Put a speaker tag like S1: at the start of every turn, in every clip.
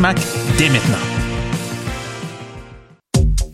S1: Mac dès maintenant.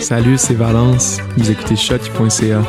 S2: Salut, c'est Valence. Vous écoutez shot.ca.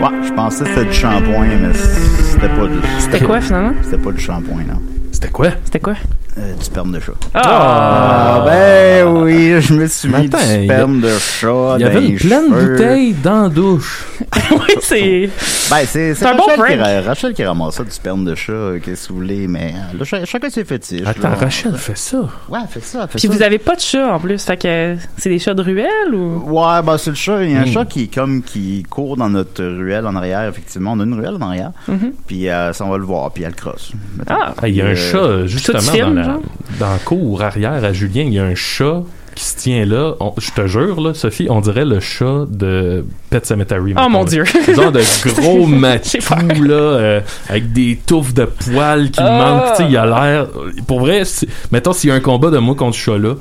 S3: Ouais, je pensais que c'était du shampoing, mais c'était pas du.
S4: C'était quoi finalement?
S3: C'était pas du shampoing, non.
S5: C'était quoi?
S4: C'était quoi?
S3: Euh, du sperme de chat.
S4: Ah!
S3: ben oui, je me suis mis
S5: Matin,
S3: du
S5: il y a-
S3: sperme de chat.
S5: Il y avait
S3: dans
S5: une
S3: les
S5: pleine
S3: cheveux.
S5: bouteille dans la douche.
S4: oui, c'est.
S3: Ben, c'est c'est
S4: un bon
S3: Rachel, qui,
S4: prank.
S3: ra- Rachel qui ramassait du sperme de chat, euh, qu'est-ce que vous voulez, mais euh, là, ch- chacun ses fétiches.
S5: Attends,
S3: là.
S5: Rachel fait ça.
S3: Ouais, fait ça, fait
S4: Puis
S3: ça.
S4: vous avez pas de chat en plus, fait que c'est des chats de ruelle ou.
S3: Ouais, ben c'est le chat. Il y a un
S5: Hmm.
S3: chat qui comme qui court dans notre ruelle en arrière. Effectivement, on a une ruelle en arrière.
S5: Mm-hmm.
S3: Puis euh, ça, on va le voir. Puis elle crosse. Mettons.
S4: Ah!
S5: Ah, Il y a un
S3: Euh,
S5: chat, euh, justement,
S4: chat de film,
S5: dans, la,
S4: genre?
S5: dans la cour arrière à Julien, il y a un chat qui se tient là. On- je te jure, là, Sophie, on dirait le chat de Pet Cemetery.
S4: Oh
S5: mettons,
S4: mon
S5: là.
S4: dieu!
S5: genre de gros
S4: J'ai
S5: matou
S4: peur.
S5: là euh, avec des touffes de poils qui
S4: Ah.
S5: manquent tu sais il a l'air pour vrai si- mettons s'il y a un combat de moi contre ce chat là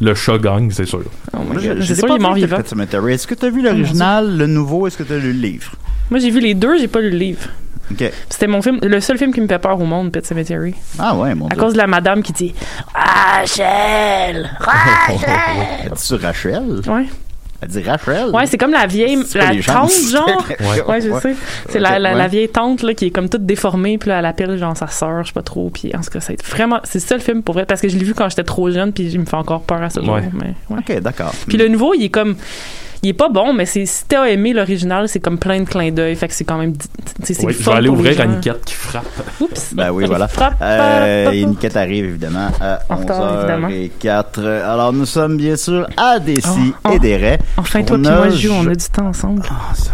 S5: le chat gagne c'est sûr
S4: Oh my
S3: Moi,
S4: God,
S3: je- je
S4: c'est sûr,
S3: l'ai pas
S4: il est
S3: vu,
S4: mort
S3: le
S4: vivant.
S3: Pet Sematary. Est-ce que t'as vu l'original, le nouveau Est-ce que t'as lu le livre
S4: Moi, j'ai vu les deux, j'ai pas lu le livre.
S3: Ok.
S4: C'était mon film, le seul film qui me fait peur au monde, Pet Cemetery.
S3: Ah ouais, mon
S4: À
S3: dieu.
S4: cause de la madame qui dit Rachel! Rachel!
S3: Elle dit sur Rachel
S4: ouais,
S3: Elle dit Rachel
S4: ouais c'est comme la vieille,
S3: C'est pas
S4: la
S3: les gens.
S4: tante, genre. Ouais, je sais. C'est la,
S3: Ok,
S4: la,
S3: ouais.
S4: la vieille tante là, qui est comme toute déformée, puis là, elle appelle genre sa sœur, je sais pas trop. Puis en tout cas, c'est vraiment. C'est ça le film pour vrai, parce que je l'ai vu quand j'étais trop jeune, puis il me fait encore peur à ce jour.
S5: Ouais.
S4: mais, ouais.
S3: Ok, d'accord.
S4: Puis le nouveau, il est comme. Il est pas bon, mais c'est, si t'as aimé l'original, c'est comme plein de clins d'œil. Fait que c'est quand même. tu sais, c'est
S5: Ouais,
S4: le
S5: je
S4: fun
S5: vais aller
S4: pour les
S5: ouvrir
S4: gens.
S5: Aniquette qui frappe
S4: Oups!
S3: Ben oui, voilà.
S4: Frappe,
S3: Euh,
S4: frappe.
S3: et Niquette arrive évidemment à
S4: En retard, évidemment.
S3: 11h04. Alors nous sommes bien sûr à Dessy
S4: Oh, oh.
S3: et des Raies.
S4: Enfin, toi
S3: On
S4: puis
S3: a
S4: moi, Ju,
S3: ju-
S4: on a du temps ensemble.
S3: Oh, Ah, Sophie.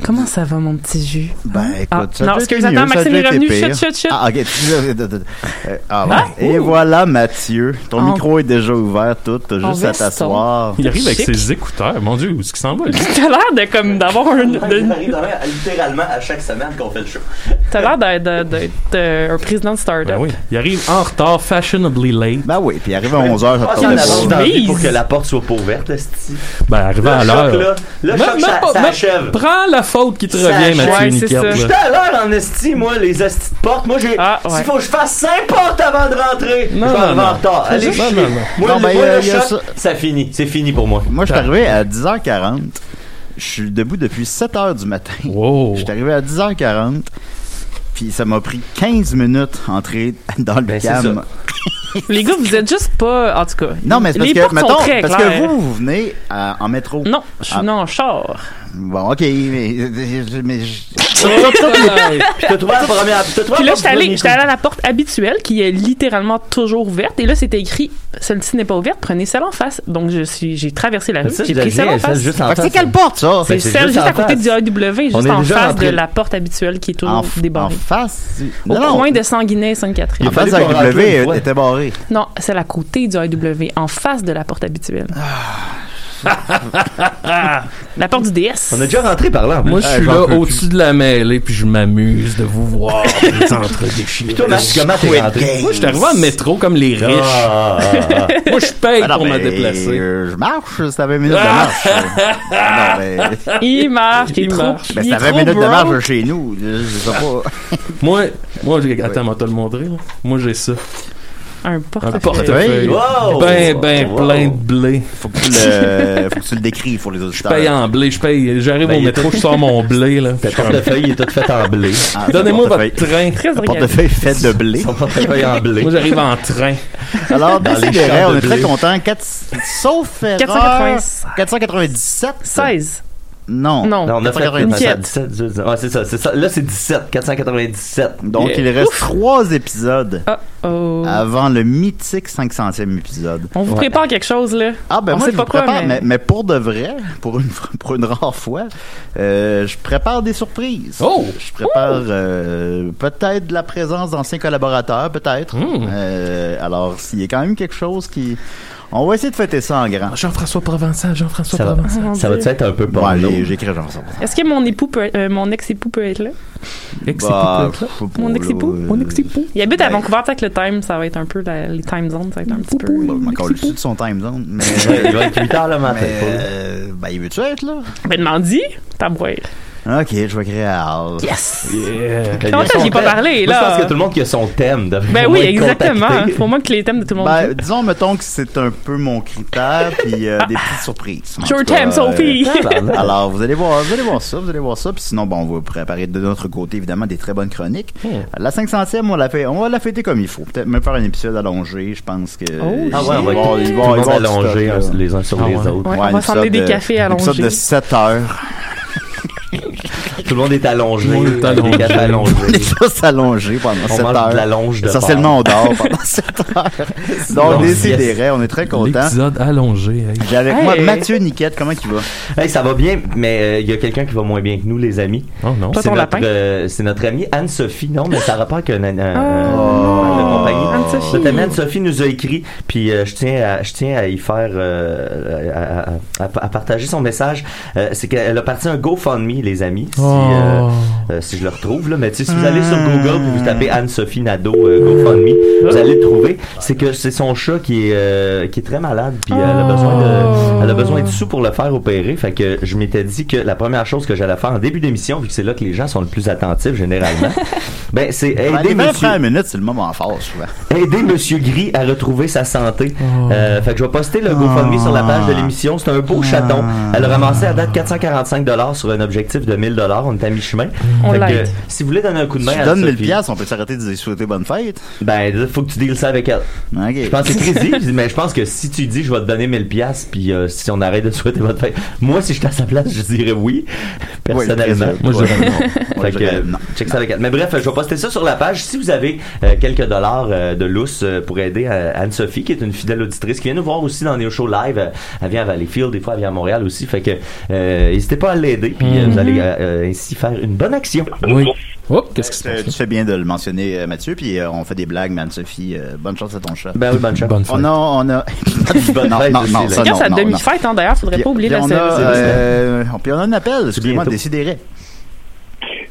S4: Comment ça va, mon petit jus?
S3: Ben, écoute,
S4: Ah,
S3: ça
S4: non,
S3: peut
S4: excuse,
S3: être
S4: attends,
S3: mieux, ça
S4: Maxime
S3: peut
S4: est
S3: être
S4: revenu.
S3: pire.
S4: Chut, chut, chut.
S3: Ah, ok. Euh, ah, ouais. Et voilà, Mathieu. Ton
S4: On-
S3: micro est déjà ouvert, tout. T'as
S6: On
S3: juste à
S6: veston.
S3: t'asseoir.
S5: Il arrive avec
S4: Chic.
S5: ses écouteurs. Mon Dieu, où est-ce qu'il s'en va? lui?
S4: T'as l'air de comme d'avoir un,
S5: Ben,
S4: de-
S7: arrive de même, littéralement à chaque semaine qu'on fait le show.
S4: t'as l'air d'être- d'être d'être, euh, un président de start-up.
S5: Ben oui. Il arrive en retard, fashionably late.
S3: Ben oui, puis arrive à 11h, ça
S7: Ah,
S3: te
S7: il y en
S3: tourne
S7: a
S3: pas.
S7: dans la vie pour
S4: Jeez.
S7: que la porte soit pas ouverte, le style.
S5: Ben, arrivé
S7: Le
S5: à
S7: choc,
S5: l'heure.
S7: là. Le
S5: Non,
S7: choc,
S5: non,
S7: ça,
S5: pas-
S7: ça
S5: non.
S7: achève.
S5: Prends la faute qui te
S7: Ça
S5: revient,
S7: achève.
S5: Mathieu
S4: Ouais, c'est ça.
S5: Niquette.
S7: J'étais à l'heure en esti, moi, les estis de porte. Moi, j'ai.
S4: Ah, ouais.
S7: S'il faut que je fasse 5 portes avant de rentrer,
S5: Non,
S7: je vais
S5: non,
S7: arriver
S5: non.
S7: en retard.
S5: C'est
S7: Allez,
S5: ça.
S7: chier.
S5: Non, non, non.
S7: Moi,
S3: Non,
S7: le, moi,
S3: ben, y a-
S7: le
S3: y a
S7: choc,
S3: ça.
S7: ça... finit. C'est fini pour moi.
S3: Moi, je
S4: Ah.
S3: suis arrivé à 10h40. Je suis debout depuis 7h du matin.
S4: Oh.
S5: Wow.
S3: Je suis arrivé à 10h40. Puis ça m'a pris 15 minutes entrer dans le
S7: Ben, c'est
S3: cam.
S7: ça.
S4: Les gars, vous êtes juste pas. En tout cas.
S3: Non, mais c'est parce
S4: les
S3: que,
S4: portes
S3: mettons,
S4: sont très
S3: parce que
S4: claires.
S3: vous, vous venez euh, en métro.
S4: Non, je suis
S3: Ah.
S4: non, en char.
S3: Bon, OK, mais... mais- mais-
S7: Puis t'as trouvé la première. Puis t'as trouvé
S4: Puis
S7: la
S4: là, j'étais
S7: porte
S4: allée,
S7: du
S4: j'étais allée à la porte habituelle qui est littéralement toujours ouverte. Et là, c'était écrit celle-ci n'est pas ouverte, prenez celle en face. Donc, je suis, j'ai traversé la rue,
S7: Ça,
S4: j'ai
S7: je
S4: pris celle en
S7: deviens, ça,
S4: face.
S7: juste en
S3: Fait que
S7: face.
S3: c'est quelle porte, ça?
S4: C'est
S7: Ben, c'est
S4: celle
S7: juste
S4: juste à
S7: en
S4: côté
S7: face.
S4: du AW, juste
S7: On est
S4: en
S7: déjà
S4: face
S7: entré-
S4: de la porte habituelle qui est
S3: En,
S4: toujours
S3: f- en
S4: débarrée.
S3: face? du-
S4: Au
S3: Non, Ah. non,
S4: coin de Sanguinet et Sainte-Catherine.
S3: En
S7: Il
S3: face
S7: fallait
S3: de
S7: qu'on
S3: la
S7: rentre une
S3: W,
S7: fois.
S3: elle était barrée.
S4: Non, c'est à côté du AW, en face de la porte habituelle. la porte du DS.
S7: On est déjà rentré par là. en plus.
S5: Moi, je suis là au-dessus de la mêlée, puis je m'amuse de vous voir vous entre-déchirer.
S7: Toi, Max, comment t'es rentré?
S5: Moi, je suis arrivé en métro comme les riches.
S7: Ah, ah, ah.
S5: Moi, je paye
S3: Ah non,
S5: pour me
S3: mais,
S5: déplacer.
S3: euh, je marche, ça fait 20 minutes de marche. Ah non, mais,
S4: Il marche, il est
S5: Il
S4: trop,
S5: marche.
S3: ben,
S4: il est
S3: ça fait 20
S4: trop
S3: minutes de
S4: broke.
S3: marche chez nous. Je sais pas.
S5: Moi, moi j'ai- attends, moi, te le montrer. là. Moi, j'ai ça.
S4: Un
S5: Un
S4: portefeuille.
S5: portefeuille.
S7: Ah, Oh, Wow!
S5: Ben, ben,
S7: Wow.
S5: plein de blé.
S3: Faut que tu le, faut que tu le décris pour les
S5: Je
S3: auditeurs.
S5: paye en blé. Je paye. J'arrive
S7: Ben,
S5: au
S7: il y a
S5: métro, je sors mon blé, là. Je suis
S7: Le feuille est toute faite en blé.
S3: Ah,
S5: en- Donnez-moi
S3: ton
S5: votre train.
S3: portefeuille.
S4: Très
S3: Le
S4: organisé.
S3: portefeuille fait de blé.
S7: Son portefeuille en blé.
S5: Moi, j'arrive en train.
S3: Alors,
S7: Dans les
S3: décidérez,
S7: champs
S3: on
S7: de
S3: est très
S7: blé.
S3: contents. Quatre- Sauf erreur.
S4: 496.
S3: 497.
S4: 16.
S3: Non.
S4: Non.
S7: Non, on a fait
S4: 497.
S7: 17, 17. Ouais, c'est ça, c'est ça. Là, c'est 17, 497.
S3: Donc,
S5: Yeah.
S3: il reste trois épisodes
S4: Ah, oh.
S3: avant le mythique 500e épisode.
S4: On vous prépare quelque chose, là.
S3: Ah ben
S4: On
S3: moi
S4: sait
S3: je
S4: pas
S3: vous
S4: quoi,
S3: prépare,
S4: mais-
S3: mais... mais pour de vrai, pour une pour une rare fois, euh, je prépare des surprises.
S5: Oh!
S3: Je prépare euh, peut-être de la présence d'anciens collaborateurs, peut-être.
S5: Mm.
S3: Euh, alors s'il y a quand même quelque chose qui, on va essayer de fêter ça en grand.
S5: Jean-François Provençal, Jean-François
S7: Ça va,
S5: Provençal.
S7: ça va-tu être un peu
S3: Bon,
S7: porno?
S3: j'ai- j'écris genre ça.
S4: Est-ce que mon époux peut, euh, mon ex-époux peut être là?
S3: Bah,
S5: Ex-époux,
S3: je sais pas,
S4: Mon
S3: là,
S4: ex-époux?
S3: euh,
S4: Mon ex-époux? Il habite à
S3: ben-
S4: Vancouver, avec le time, ça va être un peu la- les time zones, ça va être un petit peu.
S3: bah, je m'en colle dessus de son time zone, mais,
S7: Ouais, Il va être 8 heures le matin.
S3: mais,
S7: Paul.
S3: euh, ben il veut-tu être là
S4: Ben, demandez, tabouère.
S3: Ok, je vais créer à
S4: Yes!
S5: Yeah.
S7: Il y a
S4: Comment ça,
S7: son
S4: j'ai pas
S7: thème.
S4: parlé,
S7: Moi,
S4: là?
S7: je pense que tout le monde qui a son thème devrait
S4: Ben
S7: au
S4: oui,
S7: moins être
S4: exactement.
S7: contacté.
S4: Faut au moins que les thèmes de tout le monde.
S3: Ben, disons, mettons que c'est un peu mon critère, puis euh, des petites surprises. En
S4: Sure
S3: tout cas,
S4: thème,
S3: euh,
S4: Sophie!
S7: Tabarnak.
S3: alors, vous allez voir, vous allez voir ça, vous allez voir ça, puis sinon, bon, on va préparer de notre côté, évidemment, des très bonnes chroniques.
S7: Hmm.
S3: La 500e, on la fait, on va la fêter comme il faut. Peut-être même faire un épisode allongé, je pense que.
S4: Oh,
S7: Ah ouais, on va
S3: Il
S7: être
S3: va-
S7: tout
S3: il va-
S7: le
S3: il
S7: monde
S3: va avoir du
S7: allongé hein,
S3: stock, là.
S7: les uns sur
S5: Ah
S7: les
S5: ouais.
S7: autres.
S4: Ouais,
S3: Ouais,
S4: on
S3: un
S4: va s'emmener des
S3: épisode de-
S4: cafés
S3: un épisode
S4: allongés.
S3: de 7 heures.
S7: Tout le monde est allongé.
S5: Tout le monde est
S7: avec des
S5: allongé.
S7: gars allongés.
S3: On est tous allongés pendant
S7: On
S3: 7
S7: mange de la
S3: heures.
S7: longe de
S3: Essentiellement, on dort pendant 7 heures. Donc,
S7: Bon, yes.
S3: décidérez, on est très contents.
S5: L'épisode allongé. hey.
S3: J'ai avec moi
S4: Hey.
S3: Mathieu Niquette, comment il va?
S7: porc. Hey, ça va bien, mais euh, il y a quelqu'un qui va moins bien que nous, les amis.
S5: Oh non.
S4: Toi,
S7: C'est
S4: ton
S7: notre,
S4: lapin?
S7: euh, c'est notre amie Anne-Sophie. Non, mais ça n'a pas qu'un un,
S4: Ah. Anne-Sophie.
S7: Notre amie Anne-Sophie nous a écrit, puis euh, je tiens à, je tiens à y faire, euh, à, à- à- à partager son message. Euh, c'est qu'elle a parti un GoFundMe, les amis, si, euh,
S5: Oh.
S7: euh, si je le retrouve là. Mais tu sais, si vous allez sur Google, puis vous tapez Anne-Sophie Nadeau euh, GoFundMe, vous allez le trouver. C'est que c'est son chat qui est, euh, qui est très malade, puis elle a besoin de, elle a besoin de sous pour le faire opérer. Fait que je m'étais dit que la première chose que j'allais faire en début d'émission, vu que c'est là que les gens sont le plus attentifs généralement, ben c'est
S3: Les
S7: aider
S3: 20
S7: monsieur,
S3: premières minutes, c'est le moment fort, souvent.
S7: aider Monsieur Gris à retrouver sa santé. Euh, fait que je vais poster le GoFundMe sur la page de l'émission. C'est un beau chaton. Elle a ramassé à date 445 dollars sur un objectif de 1000 dollars. On est à mi-chemin.
S4: On
S7: Fait que,
S4: l'aide.
S7: si vous voulez donner un coup de main
S3: Tu
S7: à
S3: donnes 1000
S7: Ben, Sophie,
S3: piastres, on peut s'arrêter de lui souhaiter bonne fête.
S7: ben là, faut que tu deals ça avec elle.
S3: Ok.
S7: Je pense que c'est crédible, mais je pense que si tu dis je vais te donner 1000 pièces puis euh, si on arrête de te souhaiter votre fête, moi si j'étais à sa place, je dirais oui
S3: Ouais,
S7: personnellement.
S3: le
S5: Moi, je dirais
S3: président. Ouais,
S7: Fait
S3: je
S7: que,
S3: dirais non.
S7: check ça avec elle. Mais bref, je vais poster ça sur la page. Si vous avez euh, quelques dollars euh, de lousse euh, pour aider euh, Anne-Sophie, qui est une fidèle auditrice, qui vient nous voir aussi dans nos shows live, euh, elle vient à Valleyfield, des fois elle vient à Montréal aussi. Fait que euh, n'hésitez pas à l'aider, puis euh, vous allez euh, euh, ainsi faire une bonne action.
S5: Mhm. Oui. Oh, qu'est-ce qui se
S3: Euh,
S5: passe?
S3: Tu fais bien de le mentionner, euh, Mathieu, puis euh, on fait des blagues, man, Sophie. euh, bonne chance à ton chat.
S7: Ben oui, bonne chance.
S5: Bonne
S3: on
S5: fête.
S3: a, on a.
S7: Bonne
S3: non,
S7: fête
S3: non,
S7: aussi,
S3: non,
S7: là.
S3: ça,
S4: Quand
S3: non,
S4: c'est la
S3: non, non.
S4: demi-fête, hein, d'ailleurs, faudrait pas oublier
S3: Puis
S4: la
S3: on a,
S4: célébration.
S3: euh, puis on a un appel, excusez-moi,
S7: bientôt.
S3: décidérez.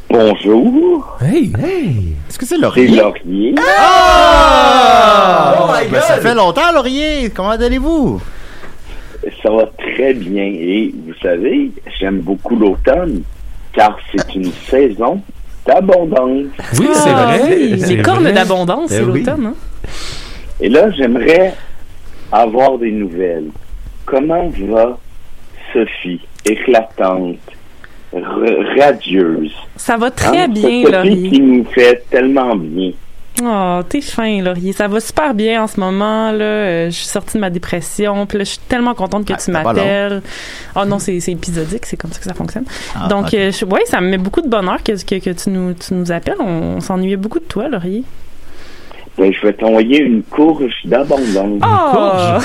S6: Bonjour,
S5: Hey!
S7: Hey!
S3: Est-ce que c'est
S6: c'est
S3: Laurier?
S6: Laurier.
S7: Oh my
S3: Ben, ça
S7: God!
S3: fait longtemps, Laurier! Comment allez-vous?
S6: Ça va très bien et vous savez, j'aime beaucoup l'automne car c'est une saison d'abondance.
S5: Oui, c'est
S4: Ah,
S5: vrai!
S4: oui,
S5: C'est
S4: Les cornes
S5: vrai.
S4: d'abondance, c'est
S7: Eh oui.
S4: l'automne. Hein?
S6: Et là, j'aimerais avoir des nouvelles. Comment va Sophie, éclatante, r- radieuse?
S4: Ça va très
S6: Hein,
S4: bien,
S6: cette Sophie qui
S4: Laurier.
S6: nous fait tellement bien.
S4: Oh, t'es fin, Laurier. Ça va super bien en ce moment. Là. Euh, Je suis sortie de ma dépression. Puis là, je suis tellement contente que
S3: Ah,
S4: tu
S3: t'as pas Mm.
S4: m'appelles. Oh non, c'est c'est épisodique. C'est comme ça que ça fonctionne.
S3: Ah,
S4: Donc,
S3: ok.
S4: euh, je- ouais, ça me met beaucoup de bonheur que, que, que tu, nous, tu nous appelles. On, on s'ennuyait beaucoup de toi, Laurier.
S6: Ben, je vais t'envoyer une courge d'abondance.
S4: Oh!
S5: Hey,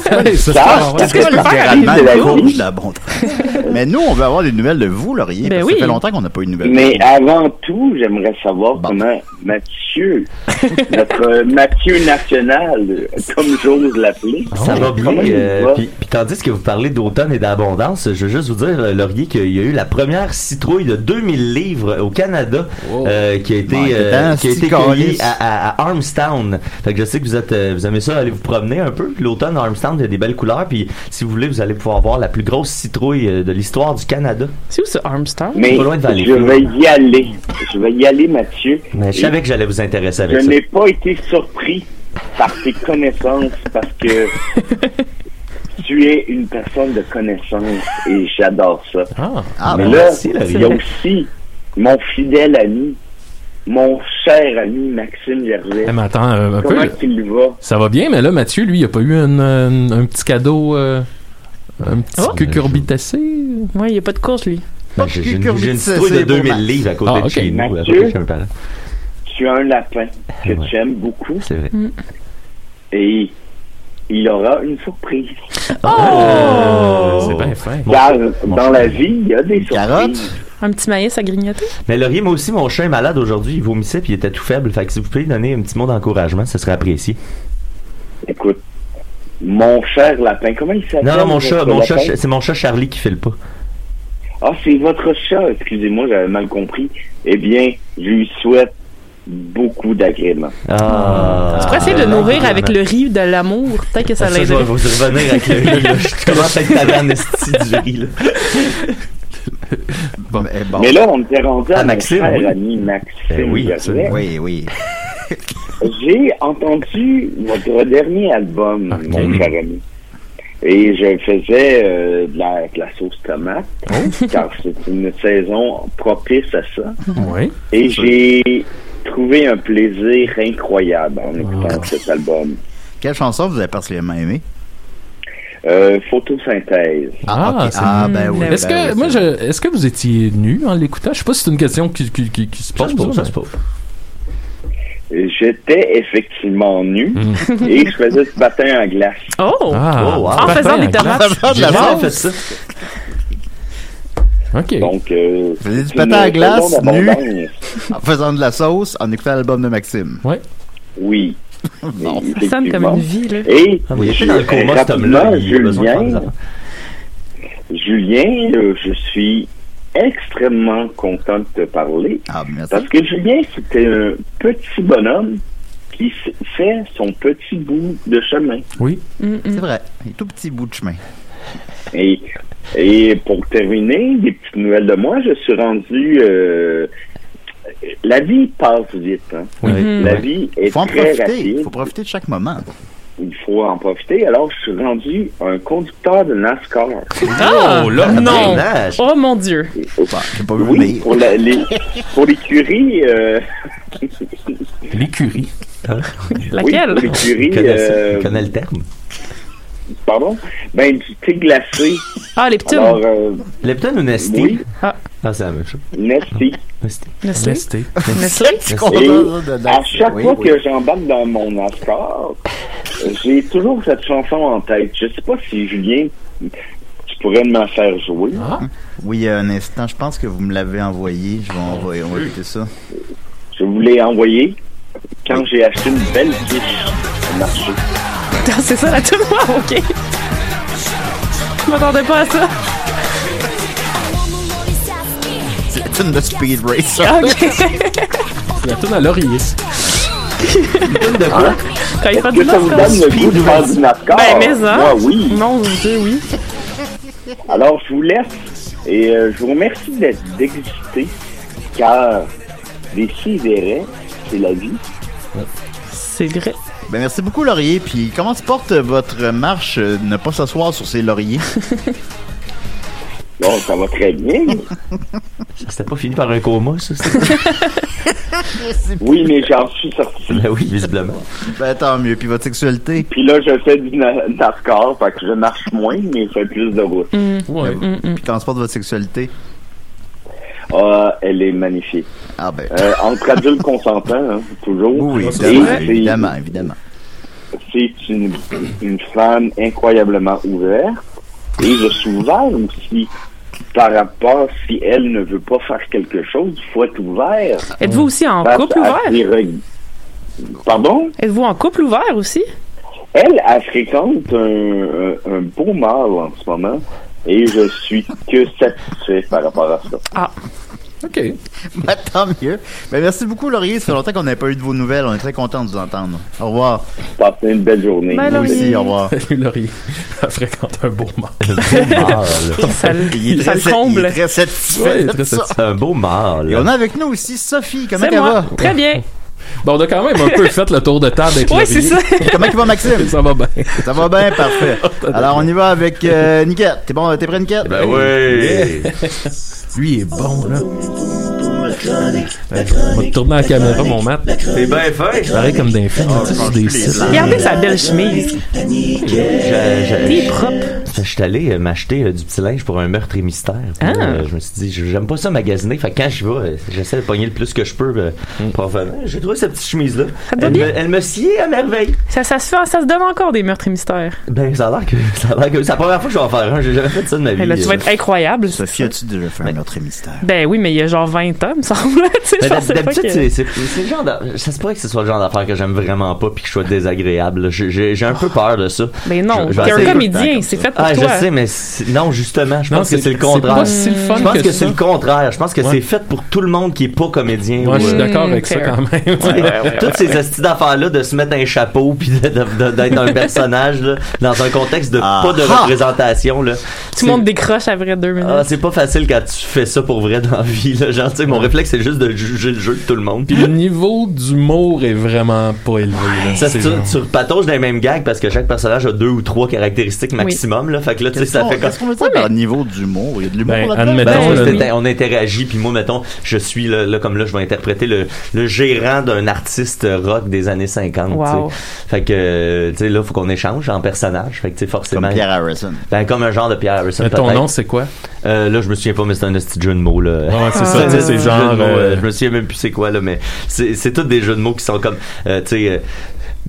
S5: ça, c'est
S6: Ça,
S5: pas vrai.
S4: Est-ce que Ah, je peux faire
S3: Littéralement,
S6: arriver de la
S3: une courge
S6: courge?
S3: d'abondance. Mais nous, on veut avoir des nouvelles de vous, Laurier,
S4: Ben
S3: parce que
S4: oui.
S3: ça fait longtemps qu'on n'a pas eu de nouvelles.
S6: Mais ah, avant tout, j'aimerais savoir
S3: Bon.
S6: comment Mathieu, notre euh, Mathieu national, comme j'ose l'appeler,
S3: Ah
S7: Ça va bien.
S6: comment il
S7: euh,
S6: va?
S7: puis, puis tandis que vous parlez d'automne et d'abondance, je veux juste vous dire, euh, Laurier, qu'il y a eu la première citrouille de 2000 livres au Canada euh, qui a été,
S3: Ouais,
S7: euh,
S3: dedans,
S7: qui a été
S3: si
S7: cueillie
S3: calice.
S7: à, à- à Armstown. Fait que je sais que vous êtes, euh, vous aimez ça, allez vous promener un peu. Puis L'automne à Armstown, il y a des belles couleurs. Puis si vous voulez, vous allez pouvoir voir la plus grosse citrouille euh, de l'histoire du Canada.
S4: C'est où ce Armstrong?
S6: Mais
S7: pas loin de Valleyfield.
S6: je vais y aller. Je vais y aller, Mathieu.
S7: Mais je
S6: Et
S7: savais que j'allais vous intéresser avec
S6: je
S7: ça.
S6: n'ai pas été surpris par tes connaissances parce que tu es une personne de connaissance et j'adore ça.
S5: Ah,
S3: Ah,
S7: Mais
S3: ben,
S6: Mais là,
S7: merci, Laurie.
S6: il y a aussi mon fidèle ami, mon cher ami Maxime Gervais.
S5: mais attends euh, un peu.
S6: Comment
S5: là.
S6: il
S7: Ben,
S6: va?
S5: Ça va bien, mais là, Mathieu, lui, il a pas eu un, un- un petit cadeau, euh, un petit
S7: Oh.
S5: cucurbitacé?
S4: Ouais, il n'y a pas de course, lui.
S7: Ben, J'ai j'ai une, j'ai une
S3: C'est-
S7: citrouille de
S3: c'est beau,
S7: 2000
S3: Max.
S7: livres à côté
S5: Ah,
S7: de
S5: ok.
S7: chez nous. à
S6: Mathieu?
S7: côté de chez mes parents.
S6: Tu as un lapin que
S7: Ouais.
S6: tu aimes beaucoup
S7: C'est vrai.
S4: Mm.
S6: et il aura une surprise.
S7: Ah, euh,
S4: Oh!
S5: C'est bien fin.
S7: Bon,
S6: Car
S7: mon
S6: dans
S7: chou-
S6: la vie, il y a des
S3: Carotte?
S6: surprises.
S4: Un petit maïs à grignoter?
S7: Mais Laurier, moi aussi, mon chien est malade aujourd'hui. Il vomissait puis il était tout faible. Fait que si vous pouvez lui donner un petit mot d'encouragement, ce serait apprécié.
S6: Écoute, mon cher lapin, comment il s'appelle?
S7: Non, non, mon
S6: votre
S7: chat, mon
S6: lapin?
S7: chat, c'est mon chat Charlie qui file pas.
S6: Ah, c'est votre chat. Excusez-moi, j'avais mal compris. Eh bien, je lui souhaite beaucoup d'agréments.
S7: Ah.
S4: Tu pourrais essayer de le nourrir avec le riz de l'amour. Peut-être que
S3: Ah,
S4: ça
S7: Ça, je vais
S4: l'aiderait.
S7: vous revenir avec le riz, là. Je commence à être tanné en esti du riz, là.
S3: bon, eh, bon.
S6: Mais là, on était rendu à,
S7: Ah,
S6: mon
S7: Maxime,
S6: cher
S7: oui.
S6: ami Maxime.
S7: Eh oui,
S6: Gervais.
S7: absolument.
S3: Oui, oui.
S6: J'ai entendu votre dernier album,
S7: Ok.
S6: mon cher ami. Et je faisais euh, de, la, de la sauce tomate,
S7: Oh.
S6: car c'est une saison propice à ça.
S5: Oui.
S6: Et j'ai trouvé un plaisir incroyable en
S7: Ah,
S6: écoutant cet album.
S3: Quelle chanson vous avez particulièrement aimée?
S6: Euh, photosynthèse.
S5: Ah,
S3: ok.
S5: c'est-
S3: ah ben oui.
S5: Est-ce
S3: ben
S5: que,
S3: oui,
S5: moi,
S3: c'est-
S5: je, est-ce que vous étiez nu en l'écoutant? Je sais pas si c'est une question qui, qui, qui, qui se
S7: Ça
S5: pose. hein.
S7: se pose,
S5: là,
S7: ça se pose.
S6: J'étais effectivement nu
S7: Hmm.
S6: et je faisais du patin en glace.
S4: Oh!
S5: mais- Ah,
S7: Oh, wow.
S4: En faisant des tomates.
S3: Ça va de la
S7: J'ai
S3: sauce?
S7: jamais fait ça.
S5: OK.
S6: Donc, euh,
S3: Vous faisiez du
S6: c'est
S3: patin
S6: une
S3: à glace,
S6: saison
S3: nu?
S6: d'abondance.
S3: En faisant de la sauce, en écoutant l'album de Maxime.
S6: Oui.
S3: Bon.
S4: Ça sonne comme
S6: effectivement.
S4: une vie, là.
S6: Et
S7: Ah, vous étiez dans le coma, cet homme-là.
S6: rapidement,
S7: Il a besoin de faire des
S6: Julien,
S7: affaires.
S6: Julien, euh, je suis extrêmement content de te parler
S3: Ah, merci.
S6: parce que Julien, c'était un petit bonhomme qui s- fait son petit bout de chemin.
S4: Mm,
S3: C'est
S4: mm.
S3: vrai. Un tout petit bout de chemin.
S6: Et, et pour terminer, des petites nouvelles de moi, je suis rendu... euh, la vie passe vite. hein.
S7: Oui.
S6: La vie est
S3: Faut en
S6: très
S3: profiter.
S6: rapide.
S3: Faut profiter de chaque moment.
S6: Il faut faut en profiter. Alors, je suis rendu un conducteur de NASCAR.
S4: Ah!
S5: Oh là!
S3: ben
S4: non!
S7: Nage.
S4: Oh mon Dieu!
S3: Bah, j'ai pas vu
S6: Oui,
S3: venir.
S6: pour, la- les, pour l'écurie. euh,
S5: L'écurie.
S6: oui,
S4: Laquelle?
S6: pour l'écurie.
S7: Tu connais, ça?
S6: euh,
S7: Tu connais le terme.
S6: pardon? Ben, du thé glacé.
S4: Ah, les petits.
S6: Alors, euh,
S7: Lepton ou Nesty?
S6: oui,
S7: Ah, c'est la même chose.
S6: Nesty.
S7: Nesty.
S4: Nestlé.
S5: Lesté.
S4: Nestlé.
S7: Nesty.
S6: À chaque fois que j'embarque dans mon NASCAR, j'ai toujours cette chanson en tête. Je sais pas si Julien, tu pourrais m'en faire jouer.
S3: Oui, euh, un instant, je pense que vous me l'avez envoyé. Je vais envoyer, on va écouter ça.
S6: Je vous l'ai envoyé quand j'ai acheté une belle quiche au marché.
S4: Ah, C'est ça la tune? Wow, ok. Je m'attendais pas à ça.
S3: C'est la tune de Speed Racer.
S4: Ah, ok.
S5: La tourne à l'oreiller.
S4: Quand il n'y a pas
S6: Hein? Que
S4: de
S6: ça vous donne
S4: NASCAR.
S6: le goût de faire du NASCAR?
S4: Ben, mais ça.
S6: Moi, oui.
S4: Mon Dieu, oui.
S6: Alors, je vous laisse et euh, je vous remercie d'être- d'exister car des si et des raies, c'est la vie.
S4: C'est vrai.
S3: Ben, merci beaucoup, Laurier. Puis, comment se porte euh, votre marche euh, ne pas s'asseoir sur ces lauriers?
S6: Bon, ça va très bien.
S7: C'était pas fini par un coma, ça? c'était-
S6: Oui, mais j'en suis sorti.
S7: ben oui, visiblement.
S3: ben, tant mieux. Puis, votre sexualité?
S6: Puis là, je fais du na- NASCAR, fait que je marche moins, mais je fais plus de route.
S5: Ouais.
S3: Puis, comment se porte votre sexualité?
S6: Ah, elle est magnifique.
S3: Ah, ben.
S6: Euh, entre adultes consentants, hein, toujours.
S3: Oui, oui,
S6: Et
S3: évidemment,
S6: c'est-
S3: évidemment, évidemment.
S6: c'est une, une femme incroyablement ouverte et je suis ouvert aussi par rapport si elle ne veut pas faire quelque chose, il faut être ouvert.
S4: Êtes-vous aussi en
S6: face
S4: couple
S6: à
S4: ouvert?
S6: ses reg- Pardon?
S4: Êtes-vous en couple ouvert aussi?
S6: Elle, elle fréquente un, un, un beau mâle en ce moment et je suis que satisfait par rapport à ça.
S5: OK.
S3: Ben, tant mieux. Ben, merci beaucoup, Laurier. Ça fait longtemps qu'on n'a pas eu de vos nouvelles. On est très contents de vous entendre. Au revoir.
S6: Passez une belle journée.
S4: Ben,
S3: Vous aussi,
S4: Laurier.
S3: au revoir.
S5: Salut Laurier. Elle fréquente un beau mâle.
S7: Ah, là.
S4: Ça, le-
S3: Il est
S4: ça
S3: très,
S4: le
S3: sa- il est
S4: comble.
S3: très satisfait.
S5: Ouais,
S3: de
S5: très
S3: ça.
S5: satisfait.
S7: C'est un beau mâle.
S3: Et on a avec nous aussi Sophie. Comment
S4: C'est
S3: elle
S4: moi.
S3: va?
S4: Très bien.
S5: Bon, on a quand même un peu fait le tour de table avec
S4: Oui,
S5: Laurier.
S4: c'est ça.
S3: Comment tu va, Maxime?
S5: Ça va bien.
S3: Ça va bien, parfait. Alors, on y va avec euh, Niquette. T'es bon, t'es prêt, Niquette?
S7: Ben oui!
S5: Lui il est bon, là. On va te tourner à la caméra, mon mat.
S7: C'est bien fin!
S5: Pareil comme d'un film, tu sais, sur des sites.
S4: Regardez sa belle chemise.
S7: Je-
S4: T'es
S7: je-
S4: propre.
S7: Je suis allé euh, m'acheter euh, du petit linge pour un meurtre et mystère. Puis,
S4: Ah.
S7: euh, je me suis dit, je- j'aime pas ça magasiner. Fait que quand je vais, euh, j'essaie de pogner le plus que je peux. euh, provenant. J'ai trouvé cette petite chemise-là.
S4: Ça te va
S7: Elle
S4: bien?
S7: me, elle me sied à merveille.
S4: Ça, ça se fait, ça se donne encore des meurtres et mystères.
S7: Ben, ça a l'air que, ça a l'air que, c'est la première fois que je vais en faire un. J'ai jamais fait ça de ma vie.
S4: Mais là, tu vas
S7: Euh,
S4: être incroyable.
S3: Sophie, as-tu déjà fait un autre mystère?
S4: Ben oui, mais il y a genre 20 ans, me semble. Tu sais, je
S7: Mais d'hab-
S4: pensais pas
S7: d'habitude,
S4: que-
S7: Ben, c'est- c'est c'est le genre d'a- Ça se pourrait que ce soit le genre d'affaire que j'aime vraiment pas puis que je sois désagréable. là. J'ai- J'ai j'ai un peu peur de ça.
S4: Mais Ben non,
S7: Je- je vais
S4: t'es un
S7: essayer.
S4: comédien, c'est fait pour
S7: Ah,
S4: toi.
S7: je sais, mais c'est- non, justement, je pense que c'est le
S5: C'est
S7: contraire.
S5: pas si le fun
S7: Je pense
S5: que,
S7: que, c'est
S5: ça.
S7: le contraire. Je pense que
S5: Ouais.
S7: c'est fait pour tout le monde qui est pas comédien.
S5: Moi, je suis
S7: ou, euh,
S5: d'accord avec ça
S4: fair.
S5: quand même. Ouais.
S7: Toutes ces astuces d'affaires-là de se mettre un chapeau puis de- de- de- d'être un personnage là, dans un contexte de
S3: Ah
S7: pas de
S3: ah.
S7: représentation. Là.
S4: Tout le monde décroche après deux minutes.
S7: Ah, c'est pas facile quand tu fais ça pour vrai dans la vie. Là. Genre, tu sais, mon réflexe, c'est juste de juger le jeu de tout le monde.
S5: Puis le niveau d'humour est vraiment pas élevé. là.
S7: Ça,
S5: C'est
S7: tu,
S5: genre-
S7: tu repatauges dans les mêmes gags parce que chaque personnage a deux ou trois caractéristiques maximum. Là, fait que là, tu sais, ça
S3: Oh,
S7: fait comme...
S3: Qu'est-ce qu'on veut dire
S4: Ouais,
S3: par
S4: mais-
S3: niveau d'humour? Il y a de l'humour
S5: Ben,
S3: là-dedans?
S5: admettons,
S7: Ben,
S5: Non,
S7: c'est-
S5: là,
S7: c'est- on interagit, puis moi, mettons, je suis là, là, comme là, je vais interpréter le, le gérant d'un artiste rock des années 50.
S4: Wow.
S7: tu sais. Fait que, euh, tu sais, là, faut qu'on échange en personnage. Fait que, tu sais, forcément.
S3: Comme Pierre Harrison.
S7: Ben, comme un genre de Pierre Harrison.
S5: Mais ton
S7: peut-être.
S5: nom, c'est quoi?
S7: Euh, là, je me souviens pas, mais c'est un petit jeu de mots, là.
S5: Ouais, c'est
S7: C'est
S5: ça,
S7: un
S5: tu sais,
S7: esti
S5: c'est
S7: de
S5: genre...
S7: jeu de mots, euh,
S5: euh,
S7: je me souviens même plus c'est quoi, là, mais c'est c'est tous des jeux de mots qui sont comme, euh, tu sais, euh,